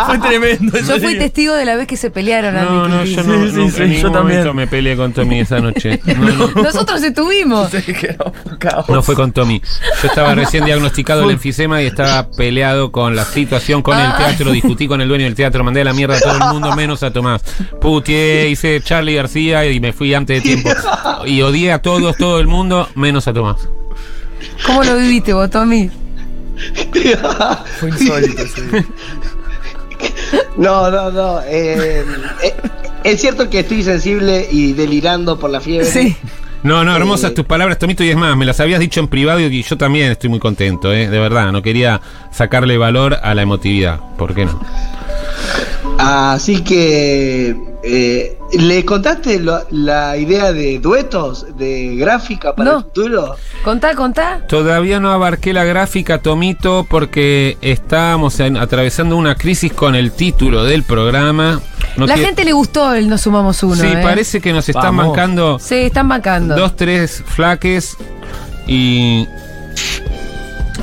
[SPEAKER 4] Fue tremendo.
[SPEAKER 1] Yo fui testigo de la vez que se pelearon, Andy
[SPEAKER 2] No, no,
[SPEAKER 1] Quintín.
[SPEAKER 2] yo no,
[SPEAKER 4] Sí, sí,
[SPEAKER 2] nunca
[SPEAKER 4] sí,
[SPEAKER 2] en ningún
[SPEAKER 4] yo también.
[SPEAKER 2] momento me peleé con Tommy esa noche. No, no.
[SPEAKER 1] Nosotros estuvimos.
[SPEAKER 2] No fue con Tommy. Yo estaba recién diagnosticado el enfisema y estaba peleado con la situación, con
[SPEAKER 4] Ah.
[SPEAKER 2] el teatro. Discutí con el dueño del teatro, mandé a la mierda a todo el mundo menos a Tomás. Putié, hice Charlie García y me fui antes de tiempo. Y odié a todos, todo el mundo menos a Tomás.
[SPEAKER 1] ¿Cómo lo viviste vos, Tommy?
[SPEAKER 4] Fue insólito, sí.
[SPEAKER 7] No, no, no. eh, eh, es cierto que estoy sensible y delirando por la fiebre.
[SPEAKER 1] Sí.
[SPEAKER 2] No, no, hermosas tus palabras, Tomito, y es más, me las habías dicho en privado y yo también estoy muy contento, ¿eh? de verdad, no quería sacarle valor a la emotividad, ¿por qué no?
[SPEAKER 7] Así que eh, le contaste lo- la idea de duetos, de gráfica para
[SPEAKER 1] No.
[SPEAKER 7] el futuro.
[SPEAKER 1] Contá, contá.
[SPEAKER 2] Todavía no abarqué la gráfica, Tomito, porque estábamos en- atravesando una crisis con el título del programa. No
[SPEAKER 1] la
[SPEAKER 2] que-
[SPEAKER 1] gente le gustó el Nos Sumamos Uno.
[SPEAKER 2] Sí,
[SPEAKER 1] ¿eh?
[SPEAKER 2] parece que nos están
[SPEAKER 4] Vamos.
[SPEAKER 2] mancando
[SPEAKER 1] Sí, están bancando.
[SPEAKER 2] dos, tres flaques y...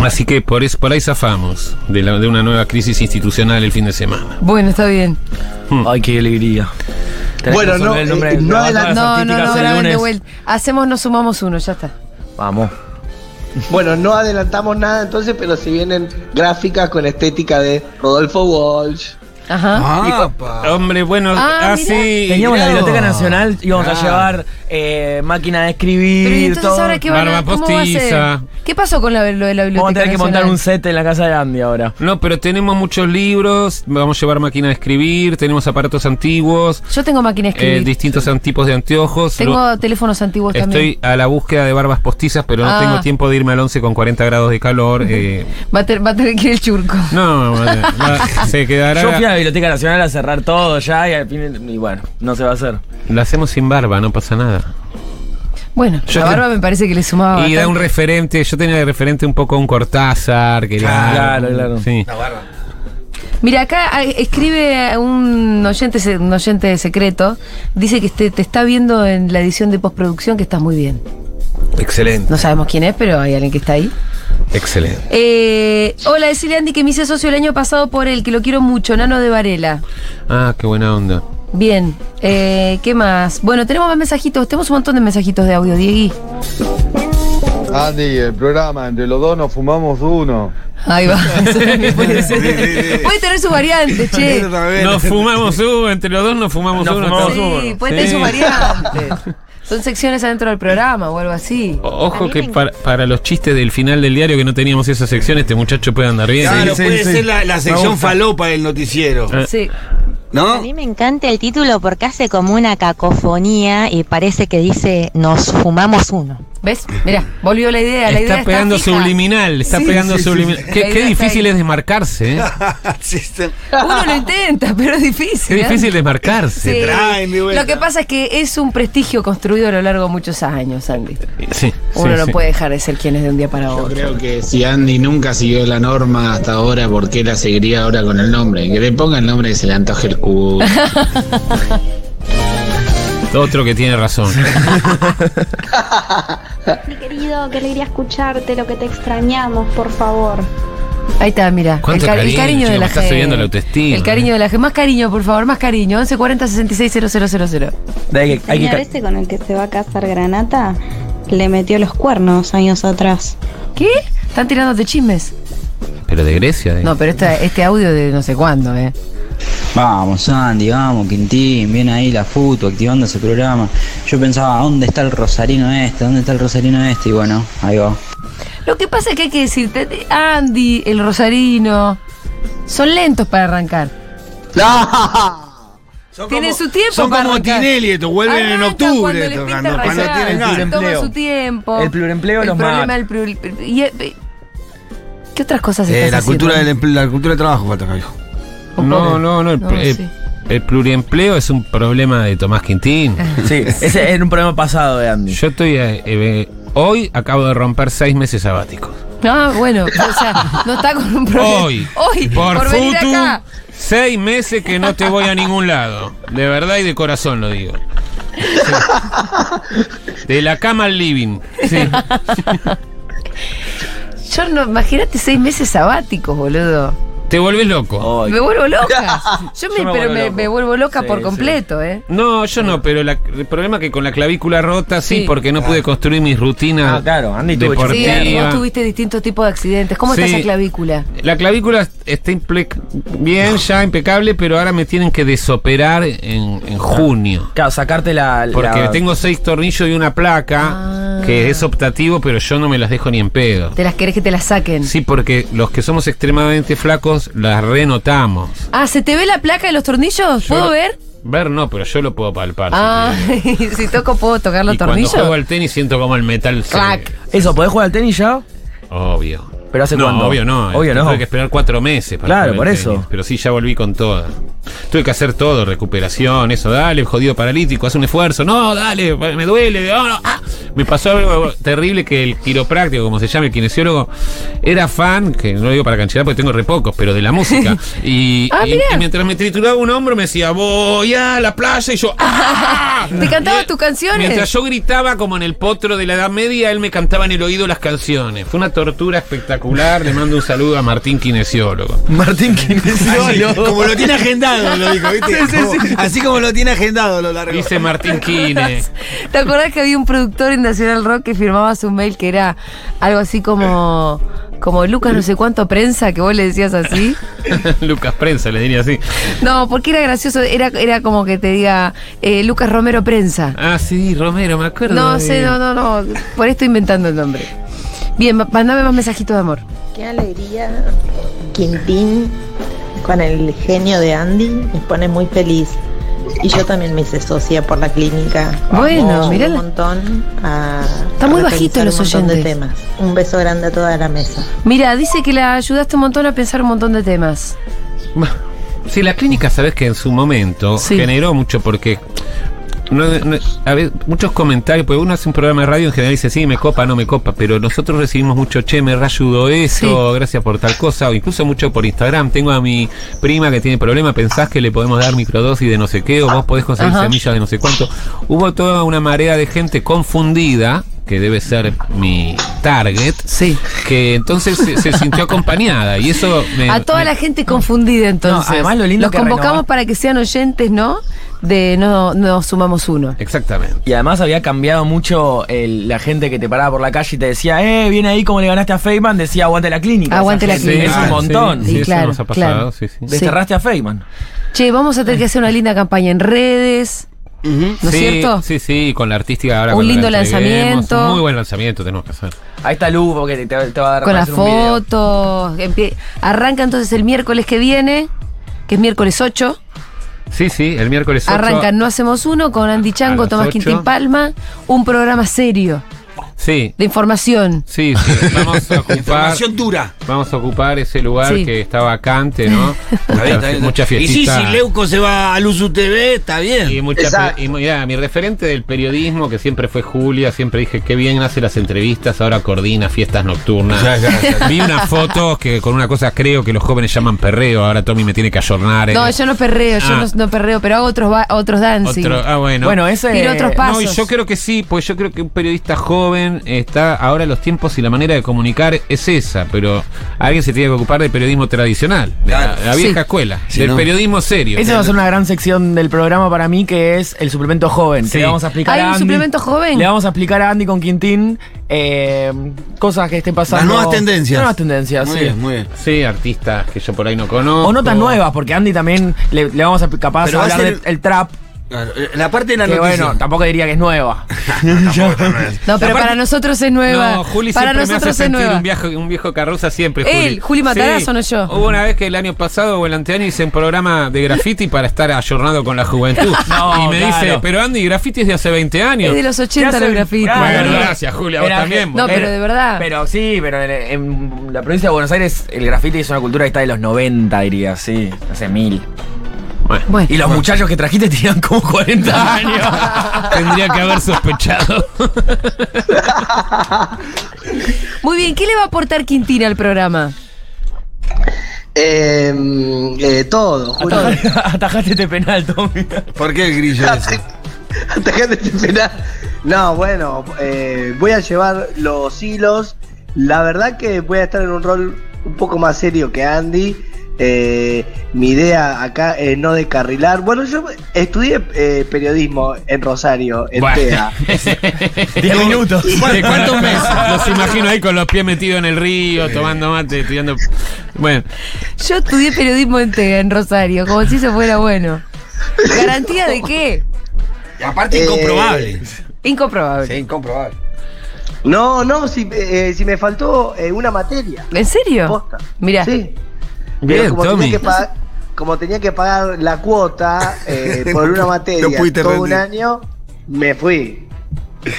[SPEAKER 2] Así que por, es, por ahí zafamos de, la- de una nueva crisis institucional el fin de semana.
[SPEAKER 1] Bueno, está bien.
[SPEAKER 4] Ay, qué alegría. Tenés
[SPEAKER 7] Bueno,
[SPEAKER 4] que resolver
[SPEAKER 7] no,
[SPEAKER 4] el nombre
[SPEAKER 7] eh,
[SPEAKER 4] de
[SPEAKER 7] no
[SPEAKER 4] la
[SPEAKER 7] adelan-
[SPEAKER 4] batalla
[SPEAKER 7] Las
[SPEAKER 1] No, no,
[SPEAKER 4] artística
[SPEAKER 1] no,
[SPEAKER 4] el
[SPEAKER 1] graben de
[SPEAKER 4] lunes.
[SPEAKER 1] vuelta. Hacemos Nos Sumamos Uno, ya está.
[SPEAKER 4] Vamos.
[SPEAKER 7] Bueno, no adelantamos nada entonces, pero si vienen gráficas con estética de Rodolfo Walsh.
[SPEAKER 1] Ajá.
[SPEAKER 3] Ah,
[SPEAKER 2] Hombre, bueno,
[SPEAKER 1] Ah,
[SPEAKER 2] así...
[SPEAKER 4] Teníamos la
[SPEAKER 3] mirá
[SPEAKER 4] Biblioteca
[SPEAKER 3] vos.
[SPEAKER 4] Nacional, íbamos a
[SPEAKER 3] Claro.
[SPEAKER 4] llevar eh, máquina de escribir.
[SPEAKER 1] Pero ¿y entonces
[SPEAKER 4] todo.
[SPEAKER 1] ahora qué van a,
[SPEAKER 2] Barba
[SPEAKER 1] cómo va a ser?
[SPEAKER 2] postiza.
[SPEAKER 1] ¿Qué pasó con la, lo de la biblioteca
[SPEAKER 4] Vamos a tener que montar
[SPEAKER 1] Nacional?
[SPEAKER 4] un set en la casa de Andy ahora.
[SPEAKER 2] No, pero tenemos muchos libros, vamos a llevar máquina de escribir, tenemos aparatos antiguos,
[SPEAKER 1] Yo tengo máquina de
[SPEAKER 2] eh,
[SPEAKER 1] escribir.
[SPEAKER 2] distintos tipos de anteojos.
[SPEAKER 1] tengo
[SPEAKER 2] Lo-
[SPEAKER 1] teléfonos antiguos
[SPEAKER 2] Estoy
[SPEAKER 1] también.
[SPEAKER 2] a la búsqueda de barbas postizas, pero no
[SPEAKER 1] Ah.
[SPEAKER 2] tengo tiempo de irme al 11 con 40 grados de calor. eh,
[SPEAKER 1] Va a, ter- va a tener que ir el churco.
[SPEAKER 2] no, madre, va- se
[SPEAKER 4] Yo fui a
[SPEAKER 2] quedará.
[SPEAKER 4] la Biblioteca Nacional a cerrar todo ya y al fin, y bueno, no se va a hacer.
[SPEAKER 2] Lo hacemos sin barba, no pasa nada.
[SPEAKER 1] Bueno,
[SPEAKER 2] Yo
[SPEAKER 1] la
[SPEAKER 2] creo-
[SPEAKER 1] barba me parece que le sumaba
[SPEAKER 2] y
[SPEAKER 1] bastante.
[SPEAKER 2] da un referente, yo tenía de referente un poco un Cortázar. Que era-
[SPEAKER 4] Claro, claro.
[SPEAKER 2] Sí.
[SPEAKER 1] Mira, acá ah, escribe un oyente, se- un oyente secreto. Dice que este- te está viendo en la edición de postproducción, que estás muy bien.
[SPEAKER 2] Excelente,
[SPEAKER 1] No sabemos quién es, pero hay alguien que está ahí.
[SPEAKER 2] excelente.
[SPEAKER 1] Eh, hola, decirle a Andy que me hice socio el año pasado por él, que lo quiero mucho, Nano de Varela.
[SPEAKER 2] Ah, qué buena onda.
[SPEAKER 1] Bien, eh, ¿qué más? Bueno, tenemos más mensajitos, tenemos un montón de mensajitos de audio, Diegui.
[SPEAKER 9] Andy, el programa, entre los dos nos fumamos uno.
[SPEAKER 1] Ahí va. Eso también puede ser.
[SPEAKER 3] Sí, sí, sí.
[SPEAKER 1] Puede tener su variante, che.
[SPEAKER 3] Eso también.
[SPEAKER 2] Nos fumamos uno, entre los dos nos fumamos
[SPEAKER 4] Nos
[SPEAKER 2] uno.
[SPEAKER 4] fumamos
[SPEAKER 2] también.
[SPEAKER 1] Sí, puede tener
[SPEAKER 2] Sí.
[SPEAKER 1] su variante. Son secciones adentro del programa o algo así.
[SPEAKER 2] O- Ojo que para, para los chistes del final del diario que no teníamos esa sección, este muchacho puede andar bien.
[SPEAKER 3] Claro,
[SPEAKER 9] Sí, sí,
[SPEAKER 3] puede
[SPEAKER 9] sí.
[SPEAKER 3] ser la, la sección falopa del noticiero.
[SPEAKER 1] Sí.
[SPEAKER 10] A
[SPEAKER 3] ¿No?
[SPEAKER 10] mí me encanta el título porque hace como una cacofonía y parece que dice nos fumamos uno.
[SPEAKER 1] ¿Ves? Mira, volvió la idea. La idea
[SPEAKER 2] Está pegando
[SPEAKER 1] fija.
[SPEAKER 2] subliminal, está
[SPEAKER 1] Sí,
[SPEAKER 2] pegando
[SPEAKER 3] sí, sí.
[SPEAKER 2] subliminal.
[SPEAKER 1] La
[SPEAKER 2] Qué,
[SPEAKER 1] idea
[SPEAKER 2] qué
[SPEAKER 1] está
[SPEAKER 2] difícil
[SPEAKER 1] ahí.
[SPEAKER 2] es desmarcarse, ¿eh?
[SPEAKER 3] Sí, está-
[SPEAKER 1] Uno lo intenta, pero es
[SPEAKER 2] Qué
[SPEAKER 1] difícil. ¿eh?
[SPEAKER 2] difícil desmarcarse.
[SPEAKER 1] Sí.
[SPEAKER 3] traen de vuelta.
[SPEAKER 1] Lo que pasa es que es un prestigio construido a lo largo de muchos años, Andy.
[SPEAKER 2] Sí,
[SPEAKER 1] Uno
[SPEAKER 2] sí,
[SPEAKER 1] no
[SPEAKER 2] sí.
[SPEAKER 1] puede dejar de ser quien es de un día para otro.
[SPEAKER 11] Creo que si Andy nunca siguió la norma hasta ahora, ¿por qué la seguiría ahora con el nombre? Que le ponga el nombre que se le antoje el cubo.
[SPEAKER 2] Otro que tiene razón.
[SPEAKER 12] Mi querido, que alegría escucharte, lo que te extrañamos, por favor.
[SPEAKER 1] Ahí está, mira.
[SPEAKER 2] ¿Cuánto
[SPEAKER 1] el,
[SPEAKER 2] cariño,
[SPEAKER 1] cariño de
[SPEAKER 2] chico,
[SPEAKER 1] la
[SPEAKER 2] me está
[SPEAKER 1] gente.
[SPEAKER 2] subiendo la autoestima.
[SPEAKER 1] El cariño de la gente. Más cariño, por favor, más cariño. 1140 660000.
[SPEAKER 4] Hay que, hay que
[SPEAKER 12] Señor
[SPEAKER 4] ca-
[SPEAKER 12] ese con el que se va a casar Granata le metió los cuernos años atrás.
[SPEAKER 1] ¿Qué? Están tirándote chismes.
[SPEAKER 2] Pero de Grecia, ¿eh?
[SPEAKER 1] No, pero esta- este audio de no sé cuándo, ¿eh?
[SPEAKER 11] Vamos, Andy, vamos, Quintín, viene ahí la foto activando ese programa. Yo pensaba, ¿dónde está el rosarino este? ¿Dónde está el rosarino este? Y bueno, ahí va.
[SPEAKER 1] Lo que pasa es que hay que decirte, de- Andy, el Rosarino, son lentos para arrancar.
[SPEAKER 3] Son
[SPEAKER 1] Tienen
[SPEAKER 3] como-
[SPEAKER 1] su tiempo
[SPEAKER 3] Son
[SPEAKER 1] para
[SPEAKER 3] como
[SPEAKER 1] arrancar.
[SPEAKER 3] Tinelli, esto, vuelven en
[SPEAKER 1] Arrancan cuando
[SPEAKER 3] octubre.
[SPEAKER 1] les
[SPEAKER 3] esto,
[SPEAKER 1] pinta
[SPEAKER 3] cuando- cuando
[SPEAKER 1] rayar,
[SPEAKER 3] tienen ganas.
[SPEAKER 4] El
[SPEAKER 1] Toma
[SPEAKER 4] pluriempleo.
[SPEAKER 1] su tiempo.
[SPEAKER 4] El pluriempleo
[SPEAKER 1] el
[SPEAKER 4] los
[SPEAKER 1] problema
[SPEAKER 4] mata.
[SPEAKER 1] del pluri- y- eh, ¿Qué otras cosas
[SPEAKER 3] Eh,
[SPEAKER 1] estás
[SPEAKER 3] la,
[SPEAKER 1] haciendo?
[SPEAKER 3] cultura del, empleo- la cultura del trabajo falta, Javier.
[SPEAKER 2] No, no, no. El,
[SPEAKER 1] No,
[SPEAKER 2] pl-
[SPEAKER 1] sí.
[SPEAKER 2] el- el pluriempleo es un problema de Tomás Quintín.
[SPEAKER 1] Ah.
[SPEAKER 4] Sí, ese era un problema pasado de Andy.
[SPEAKER 2] Yo estoy. eh, eh, hoy acabo de romper seis meses sabáticos.
[SPEAKER 1] Ah, bueno, o sea, no está con un problema.
[SPEAKER 2] Hoy.
[SPEAKER 1] Hoy, por, venir
[SPEAKER 2] Futu,
[SPEAKER 1] acá.
[SPEAKER 2] Seis meses que no te voy a ningún lado. De verdad y de corazón lo digo. Sí. De la cama al living. Sí.
[SPEAKER 1] Yo no, imagínate seis meses sabáticos, boludo.
[SPEAKER 2] Te volvés loco.
[SPEAKER 4] Ay.
[SPEAKER 1] Me vuelvo loca. Yo me,
[SPEAKER 4] Yo
[SPEAKER 1] pero
[SPEAKER 4] me vuelvo
[SPEAKER 1] me,
[SPEAKER 4] loco.
[SPEAKER 1] me vuelvo loca
[SPEAKER 4] Sí,
[SPEAKER 1] por
[SPEAKER 4] sí.
[SPEAKER 1] completo, ¿eh?
[SPEAKER 2] No, yo no, pero la- el problema es que con la clavícula rota sí,
[SPEAKER 1] Sí.
[SPEAKER 2] porque no pude construir mis rutinas.
[SPEAKER 4] Ah, claro, Andy tuvo
[SPEAKER 1] Sí,
[SPEAKER 4] Deportiva.
[SPEAKER 1] Andy, vos
[SPEAKER 2] deportivas.
[SPEAKER 1] tuviste distintos tipos de accidentes. ¿Cómo
[SPEAKER 2] Sí.
[SPEAKER 1] está esa clavícula?
[SPEAKER 2] La clavícula está implec- bien, ya impecable, pero ahora me tienen que desoperar en,
[SPEAKER 1] Ah.
[SPEAKER 2] en junio.
[SPEAKER 4] Claro, sacarte la.
[SPEAKER 2] Porque
[SPEAKER 4] la-
[SPEAKER 2] tengo seis tornillos y una placa,
[SPEAKER 1] Ah.
[SPEAKER 2] que es optativo, pero yo no me las dejo ni en pedo.
[SPEAKER 1] ¿Te las querés que te las saquen?
[SPEAKER 2] Sí, porque los que somos extremadamente flacos las renotamos.
[SPEAKER 1] Ah, ¿se te ve la placa de los tornillos?
[SPEAKER 2] Yo
[SPEAKER 1] ¿Puedo
[SPEAKER 2] lo-
[SPEAKER 1] ver?
[SPEAKER 2] Ver no, pero yo lo puedo palpar.
[SPEAKER 1] Ah,
[SPEAKER 2] si
[SPEAKER 1] si toco, ¿puedo tocar
[SPEAKER 2] quiero.
[SPEAKER 1] los
[SPEAKER 2] y cuando
[SPEAKER 1] tornillos?
[SPEAKER 2] juego al tenis siento como el metal se-
[SPEAKER 1] Clac.
[SPEAKER 4] Eso, ¿podés jugar al tenis ya?
[SPEAKER 2] Obvio.
[SPEAKER 4] Pero hace
[SPEAKER 2] no,
[SPEAKER 4] cuándo?
[SPEAKER 2] obvio no.
[SPEAKER 4] Obvio no.
[SPEAKER 2] Tuve que esperar cuatro meses. para
[SPEAKER 4] Claro,
[SPEAKER 2] jugar
[SPEAKER 4] por
[SPEAKER 2] al
[SPEAKER 4] eso.
[SPEAKER 2] tenis. Pero sí, ya volví con toda. Tuve que hacer todo, recuperación, eso, dale, jodido paralítico, haz un esfuerzo, no, dale, me duele, no, no, ah. Me pasó algo terrible que el quiropráctico, como se llama, el kinesiólogo, era fan, que no lo digo para cancherar porque tengo re pocos, pero de la música. Y,
[SPEAKER 1] Ah,
[SPEAKER 2] y-
[SPEAKER 1] mirá.
[SPEAKER 2] y mientras me trituraba un hombro me decía, voy a la playa y yo... "Ah".
[SPEAKER 1] ¿Te cantaba eh.
[SPEAKER 2] Y-
[SPEAKER 1] tus canciones?
[SPEAKER 2] Mientras yo gritaba como en el potro de la Edad Media, él me cantaba en el oído las canciones. Fue una tortura espectacular. Le mando un saludo a Martín Kinesiólogo.
[SPEAKER 4] Martín Kinesiólogo.
[SPEAKER 3] Como lo tiene agendado, lo dijo, ¿viste? Como- así como lo tiene agendado, lo largo.
[SPEAKER 2] Dice Martín Kine.
[SPEAKER 1] ¿Te acordás que había un productor en Nacional Rock que firmaba su mail que era algo así como, como Lucas no sé cuánto prensa, que vos le decías así?
[SPEAKER 2] Lucas Prensa, le diría así.
[SPEAKER 1] No, porque era gracioso, era, era como que te diga eh, Lucas Romero Prensa.
[SPEAKER 2] Ah, sí, Romero, me acuerdo.
[SPEAKER 1] No
[SPEAKER 2] de-
[SPEAKER 1] sé, no, no, no, por esto inventando el nombre. Bien, ma- mandame más mensajitos de amor.
[SPEAKER 10] Qué alegría, Quintín, con el genio de Andy, me pone muy feliz. Y yo también me hice socia por la clínica.
[SPEAKER 1] Bueno,
[SPEAKER 10] Ayudó
[SPEAKER 1] mirá
[SPEAKER 10] un
[SPEAKER 1] la-
[SPEAKER 10] montón a.
[SPEAKER 1] Está
[SPEAKER 10] a
[SPEAKER 1] muy
[SPEAKER 10] repensar
[SPEAKER 1] bajito los
[SPEAKER 10] un montón
[SPEAKER 1] oyentes.
[SPEAKER 10] De temas. Un beso grande a toda la mesa.
[SPEAKER 1] Mira, dice que la ayudaste un montón a pensar un montón de temas.
[SPEAKER 2] Sí, la clínica, sabes que en su momento
[SPEAKER 1] Sí.
[SPEAKER 2] generó mucho porque. no- no- a ver, muchos comentarios, porque uno hace un programa de radio en general dice, sí, me copa, no me copa, pero nosotros recibimos mucho, che, me rayudó eso, gracias por tal cosa, o incluso mucho por Instagram. Tengo a mi prima que tiene problema, pensás que le podemos dar microdosis de no sé qué, o vos podés conseguir
[SPEAKER 1] Ajá.
[SPEAKER 2] semillas de no sé cuánto. Hubo toda una marea de gente confundida, que debe ser mi target,
[SPEAKER 1] Sí.
[SPEAKER 2] que entonces se, se sintió acompañada, y eso me-
[SPEAKER 1] A toda
[SPEAKER 2] me-
[SPEAKER 1] la gente confundida, entonces.
[SPEAKER 4] No, además lo lindo
[SPEAKER 1] Los
[SPEAKER 4] que
[SPEAKER 1] convocamos
[SPEAKER 4] renovás-
[SPEAKER 1] para que sean oyentes, ¿no? de no, no sumamos uno.
[SPEAKER 2] Exactamente.
[SPEAKER 4] Y además había cambiado mucho el- la gente que te paraba por la calle y te decía, eh, viene ahí como le ganaste a Feynman, decía aguante la clínica.
[SPEAKER 1] Aguante
[SPEAKER 4] Esa
[SPEAKER 1] la
[SPEAKER 4] gente
[SPEAKER 1] clínica.
[SPEAKER 4] Es un montón.
[SPEAKER 1] Ah, Sí, sí, Sí, eso claro, nos ha pasado, claro. sí, sí.
[SPEAKER 4] Desterraste a Feynman.
[SPEAKER 1] Che, vamos a tener que hacer una linda campaña en redes. ¿No es
[SPEAKER 2] sí,
[SPEAKER 1] cierto?
[SPEAKER 2] Sí, sí, con la artística ahora.
[SPEAKER 1] Un
[SPEAKER 2] cuando la
[SPEAKER 1] lindo
[SPEAKER 2] entreguemos,
[SPEAKER 1] lanzamiento.
[SPEAKER 2] un Muy buen lanzamiento tenemos que hacer.
[SPEAKER 4] Ahí está Lu, porque te, te- te va a dar
[SPEAKER 1] Con
[SPEAKER 4] para
[SPEAKER 1] las
[SPEAKER 4] hacer un video.
[SPEAKER 1] fotos. empie- Arranca entonces el miércoles que viene, que es miércoles 8.
[SPEAKER 2] Sí, sí, el miércoles 8.
[SPEAKER 1] Arranca No Hacemos Uno con Andy Chango,
[SPEAKER 2] las
[SPEAKER 1] Tomás
[SPEAKER 2] ocho.
[SPEAKER 1] Quintín Palma. Un programa serio
[SPEAKER 2] Sí,
[SPEAKER 1] de información.
[SPEAKER 2] sí, sí. Vamos a ocupar.
[SPEAKER 3] dura.
[SPEAKER 2] Vamos a ocupar ese lugar
[SPEAKER 1] Sí.
[SPEAKER 2] que está vacante, ¿no? Mucha, mucha
[SPEAKER 3] Y sí,
[SPEAKER 2] fiestita.
[SPEAKER 3] si Leuco se va a Luzu TV, está bien.
[SPEAKER 2] Y mucha-
[SPEAKER 3] Exacto.
[SPEAKER 2] y mira, mi referente del periodismo, que siempre fue Julia, siempre dije qué bien hace las entrevistas, ahora coordina fiestas nocturnas.
[SPEAKER 3] Ya, ya, ya.
[SPEAKER 2] Vi unas fotos que con una cosa creo que los jóvenes llaman perreo, ahora Tommy me tiene que ayornar. eh.
[SPEAKER 1] No, yo no perreo, yo
[SPEAKER 2] Ah.
[SPEAKER 1] no, no perreo, pero hago otros, ba- otros dancing.
[SPEAKER 2] Otro- ah, bueno. eh,
[SPEAKER 4] Bueno, ese-
[SPEAKER 1] Tiro otros
[SPEAKER 2] No,
[SPEAKER 1] eh, pasos.
[SPEAKER 2] y yo creo que sí, pues yo creo que un periodista joven está ahora los tiempos y la manera de comunicar es esa, pero alguien se tiene que ocupar del periodismo tradicional, de la, de la vieja
[SPEAKER 4] Sí.
[SPEAKER 2] escuela,
[SPEAKER 4] Sí,
[SPEAKER 2] del
[SPEAKER 4] ¿no?
[SPEAKER 2] periodismo serio. Eh,
[SPEAKER 4] Esa va a ser una gran sección del programa para mí, que es el suplemento joven. que
[SPEAKER 2] Sí.
[SPEAKER 4] le vamos a explicar
[SPEAKER 1] Hay
[SPEAKER 4] a
[SPEAKER 1] un
[SPEAKER 4] Andy.
[SPEAKER 1] suplemento joven.
[SPEAKER 4] Le vamos a explicar a Andy con Quintín eh, cosas que estén pasando.
[SPEAKER 3] Las nuevas tendencias.
[SPEAKER 4] Las nuevas tendencias, sí.
[SPEAKER 3] muy bien.
[SPEAKER 2] Sí, artistas que yo por ahí no conozco.
[SPEAKER 4] O notas nuevas, porque Andy también le, le vamos a capaz
[SPEAKER 3] Pero
[SPEAKER 4] a
[SPEAKER 3] va a
[SPEAKER 4] hablar
[SPEAKER 3] ser-
[SPEAKER 4] del el trap.
[SPEAKER 3] Claro, eh, La parte de la
[SPEAKER 4] que
[SPEAKER 3] noticia.
[SPEAKER 4] bueno, tampoco diría que es nueva.
[SPEAKER 1] No, pero para nosotros es nueva.
[SPEAKER 2] No, Juli
[SPEAKER 1] para
[SPEAKER 2] siempre me hace
[SPEAKER 1] nosotros es
[SPEAKER 2] sentir
[SPEAKER 1] nueva.
[SPEAKER 2] un viejo, un viejo carroza siempre.
[SPEAKER 1] Él, Juli Matarazzo, no yo.
[SPEAKER 2] Hubo una vez que el año pasado o el anteaño hice un programa de graffiti para estar ayornado con la juventud.
[SPEAKER 4] No,
[SPEAKER 2] y me
[SPEAKER 4] claro.
[SPEAKER 2] dice, pero Andy, graffiti es de hace 20 años.
[SPEAKER 1] Es de los 80
[SPEAKER 4] Te hace-
[SPEAKER 1] los grafitis.
[SPEAKER 4] Claro.
[SPEAKER 2] Bueno, gracias, Julia, vos
[SPEAKER 4] Era-
[SPEAKER 2] también.
[SPEAKER 1] No,
[SPEAKER 2] boludo.
[SPEAKER 1] pero de verdad.
[SPEAKER 4] Pero sí, pero en, en la provincia de Buenos Aires el grafiti es una cultura que está de los 90, diría, sí. Hace mil.
[SPEAKER 1] Bueno.
[SPEAKER 4] Y los muchachos que trajiste tenían como 40 años.
[SPEAKER 2] Tendría que haber sospechado.
[SPEAKER 1] Muy bien, ¿qué le va a aportar Quintín al programa?
[SPEAKER 7] Eh, mm, eh, todo, Julio.
[SPEAKER 4] Atajaste este penal, Tommy.
[SPEAKER 3] ¿Por qué el grillo ese?
[SPEAKER 7] Atacante este penal. No, bueno, eh, voy a llevar los hilos. La verdad que voy a estar en un rol un poco más serio que Andy. Eh, mi idea acá es no descarrilar. Bueno, yo estudié eh, periodismo en Rosario, en E TEA.
[SPEAKER 4] 10 minutos.
[SPEAKER 2] ¿Cuántos meses? Los imagino ahí con los pies metidos en el río, tomando mate, estudiando. Bueno,
[SPEAKER 1] Yo estudié periodismo en TEA, en Rosario, como si eso fuera bueno. ¿Garantía de qué?
[SPEAKER 3] Y aparte
[SPEAKER 7] Eh,
[SPEAKER 3] incomprobable.
[SPEAKER 1] Incomprobable.
[SPEAKER 3] incomprobable.
[SPEAKER 7] No, no, si, eh, si me faltó eh, una materia.
[SPEAKER 1] ¿En serio?
[SPEAKER 7] Posta.
[SPEAKER 1] Mirá.
[SPEAKER 7] Sí.
[SPEAKER 2] Bien,
[SPEAKER 7] Pero como
[SPEAKER 2] Tommy.
[SPEAKER 7] Tenía que pagar, como tenía que pagar la cuota eh, por una materia
[SPEAKER 3] No pudiste
[SPEAKER 7] todo un
[SPEAKER 3] rendir.
[SPEAKER 7] año, me fui.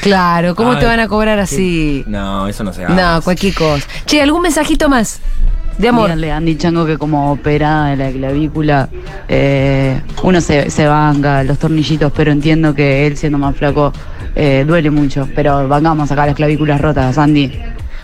[SPEAKER 1] Claro, ¿cómo
[SPEAKER 2] Ah,
[SPEAKER 4] Ay,
[SPEAKER 1] te van a cobrar así?
[SPEAKER 4] No, eso no se hace.
[SPEAKER 1] No, cualquier cosa. Che, ¿algún mensajito más? De amor.
[SPEAKER 13] Díganle a Andy Chango que como operada de la clavícula, eh, uno se, se banca los tornillitos, pero entiendo que él siendo más flaco eh, duele mucho. Pero vengamos acá las clavículas rotas, Andy.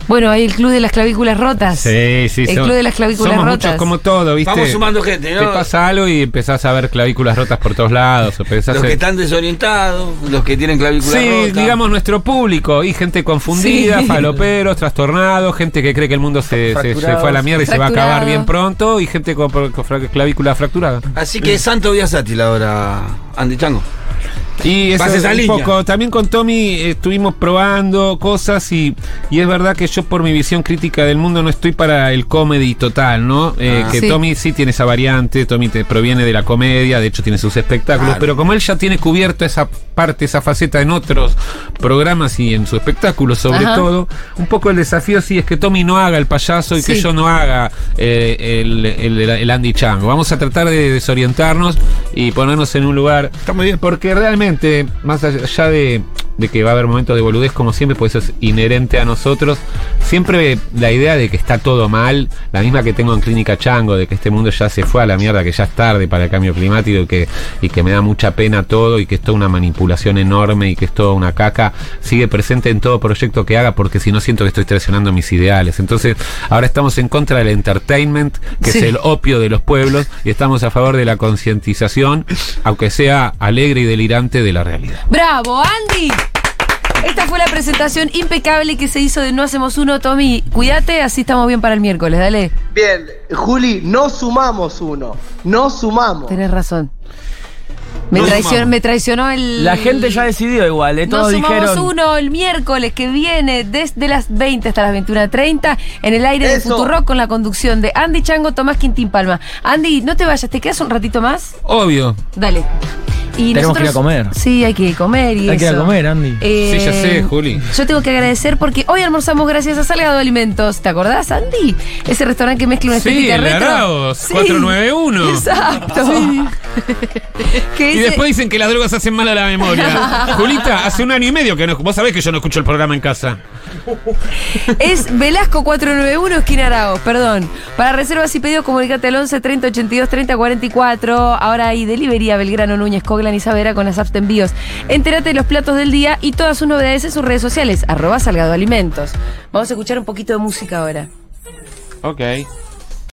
[SPEAKER 1] Bueno, hay el Club de las Clavículas Rotas.
[SPEAKER 2] sí, sí,
[SPEAKER 1] El
[SPEAKER 2] somos-
[SPEAKER 1] Club de las Clavículas
[SPEAKER 2] somos
[SPEAKER 1] Rotas.
[SPEAKER 2] muchos como todo, ¿viste?
[SPEAKER 3] Vamos sumando gente,
[SPEAKER 2] Te
[SPEAKER 3] ¿no?
[SPEAKER 2] pasa algo y empezás a ver clavículas rotas por todos lados. o empezás
[SPEAKER 3] Los
[SPEAKER 2] a-
[SPEAKER 3] que están desorientados, los que tienen clavícula
[SPEAKER 2] Sí,
[SPEAKER 3] rota.
[SPEAKER 2] digamos nuestro público. Y gente confundida,
[SPEAKER 1] Sí.
[SPEAKER 2] faloperos, trastornados, gente que cree que el mundo se, se- se fue a la mierda y se va a acabar
[SPEAKER 1] Fracturado.
[SPEAKER 2] bien pronto. Y gente con, con fra- clavícula fracturada.
[SPEAKER 3] Así que Santo Biasatil ahora, Andy Chango.
[SPEAKER 2] Y eso
[SPEAKER 3] Vas a
[SPEAKER 2] es
[SPEAKER 3] esa
[SPEAKER 2] un
[SPEAKER 3] línea.
[SPEAKER 2] poco. También con Tommy eh, estuvimos probando cosas y, y es verdad que yo por mi visión crítica del mundo no estoy para el comedy total, ¿no? Eh,
[SPEAKER 3] Ah.
[SPEAKER 2] Que
[SPEAKER 1] Sí.
[SPEAKER 2] Tommy sí tiene esa variante, Tommy te proviene de la comedia, de hecho tiene sus espectáculos,
[SPEAKER 3] Claro.
[SPEAKER 2] pero como él ya tiene cubierto esa parte, esa faceta en otros programas y en su espectáculo sobre
[SPEAKER 1] Ajá.
[SPEAKER 2] todo, un poco el desafío sí es que Tommy no haga el payaso y que
[SPEAKER 1] Sí.
[SPEAKER 2] yo no haga eh, el, el- el Andy Chango. Vamos a tratar de desorientarnos y ponernos en un lugar
[SPEAKER 3] Está muy bien.
[SPEAKER 2] porque realmente, más allá de, de que va a haber momentos de boludez, como siempre, pues eso es inherente a nosotros, siempre la idea de que está todo mal, la misma que tengo en Clínica Chango, de que este mundo ya se fue a la mierda, que ya es tarde para el cambio climático y que, y que me da mucha pena todo y que es toda una manipulación enorme y que es toda una caca, sigue presente en todo proyecto que haga porque si no siento que estoy traicionando mis ideales. Entonces, ahora estamos en contra del entertainment, que
[SPEAKER 1] Sí.
[SPEAKER 2] es el opio de los pueblos y estamos a favor de la concientización, aunque sea alegre y delirante de la realidad.
[SPEAKER 1] ¡Bravo, Andy! Esta fue la presentación impecable que se hizo de No Hacemos Uno, Tommy. Cuídate, así estamos bien para el miércoles, dale.
[SPEAKER 7] Bien, Juli, no sumamos uno, no sumamos.
[SPEAKER 1] Tenés razón. Me,
[SPEAKER 4] No
[SPEAKER 1] traicionó,
[SPEAKER 4] sumamos.
[SPEAKER 1] me traicionó el.
[SPEAKER 4] La gente ya decidió igual, ¿eh?
[SPEAKER 1] Nos
[SPEAKER 4] Todos
[SPEAKER 1] sumamos
[SPEAKER 4] dijeron.
[SPEAKER 1] uno el miércoles que viene desde las 20 hasta las 21.30 en el aire de
[SPEAKER 7] Eso.
[SPEAKER 1] Futurock con la conducción de Andy Chango, Tomás Quintín Palma. Andy, no te vayas, ¿te quedas un ratito más?
[SPEAKER 2] Obvio.
[SPEAKER 1] Dale. Y
[SPEAKER 4] Tenemos que ir a comer.
[SPEAKER 1] Sí, hay que ir a comer y
[SPEAKER 4] Hay que ir a
[SPEAKER 1] eso.
[SPEAKER 4] comer, Andy.
[SPEAKER 1] Eh,
[SPEAKER 2] Sí, ya sé, Juli.
[SPEAKER 1] Yo tengo que agradecer porque hoy almorzamos gracias a Salgado Alimentos. ¿Te acordás, Andy? Ese restaurante que mezcla una
[SPEAKER 2] Sí,
[SPEAKER 1] estética
[SPEAKER 2] el
[SPEAKER 1] retro.
[SPEAKER 2] Araos,
[SPEAKER 1] Sí.
[SPEAKER 2] 491.
[SPEAKER 1] Exacto. Que
[SPEAKER 2] Y
[SPEAKER 1] ese-
[SPEAKER 2] después dicen que las drogas hacen mal a la memoria. Julita, hace un año y medio que no. Vos sabés que yo no escucho el programa en casa.
[SPEAKER 1] Es Velasco 491, esquina Araos, perdón. Para reservas y pedidos, comunicate al 11 30 82 30 44. Ahora hay delivery a Belgrano, Núñez, Coglan y Savera con las apps de envíos. Entérate de los platos del día y todas sus novedades en sus redes sociales. Arroba Salgado Alimentos. Vamos a escuchar un poquito de música ahora.
[SPEAKER 2] Ok.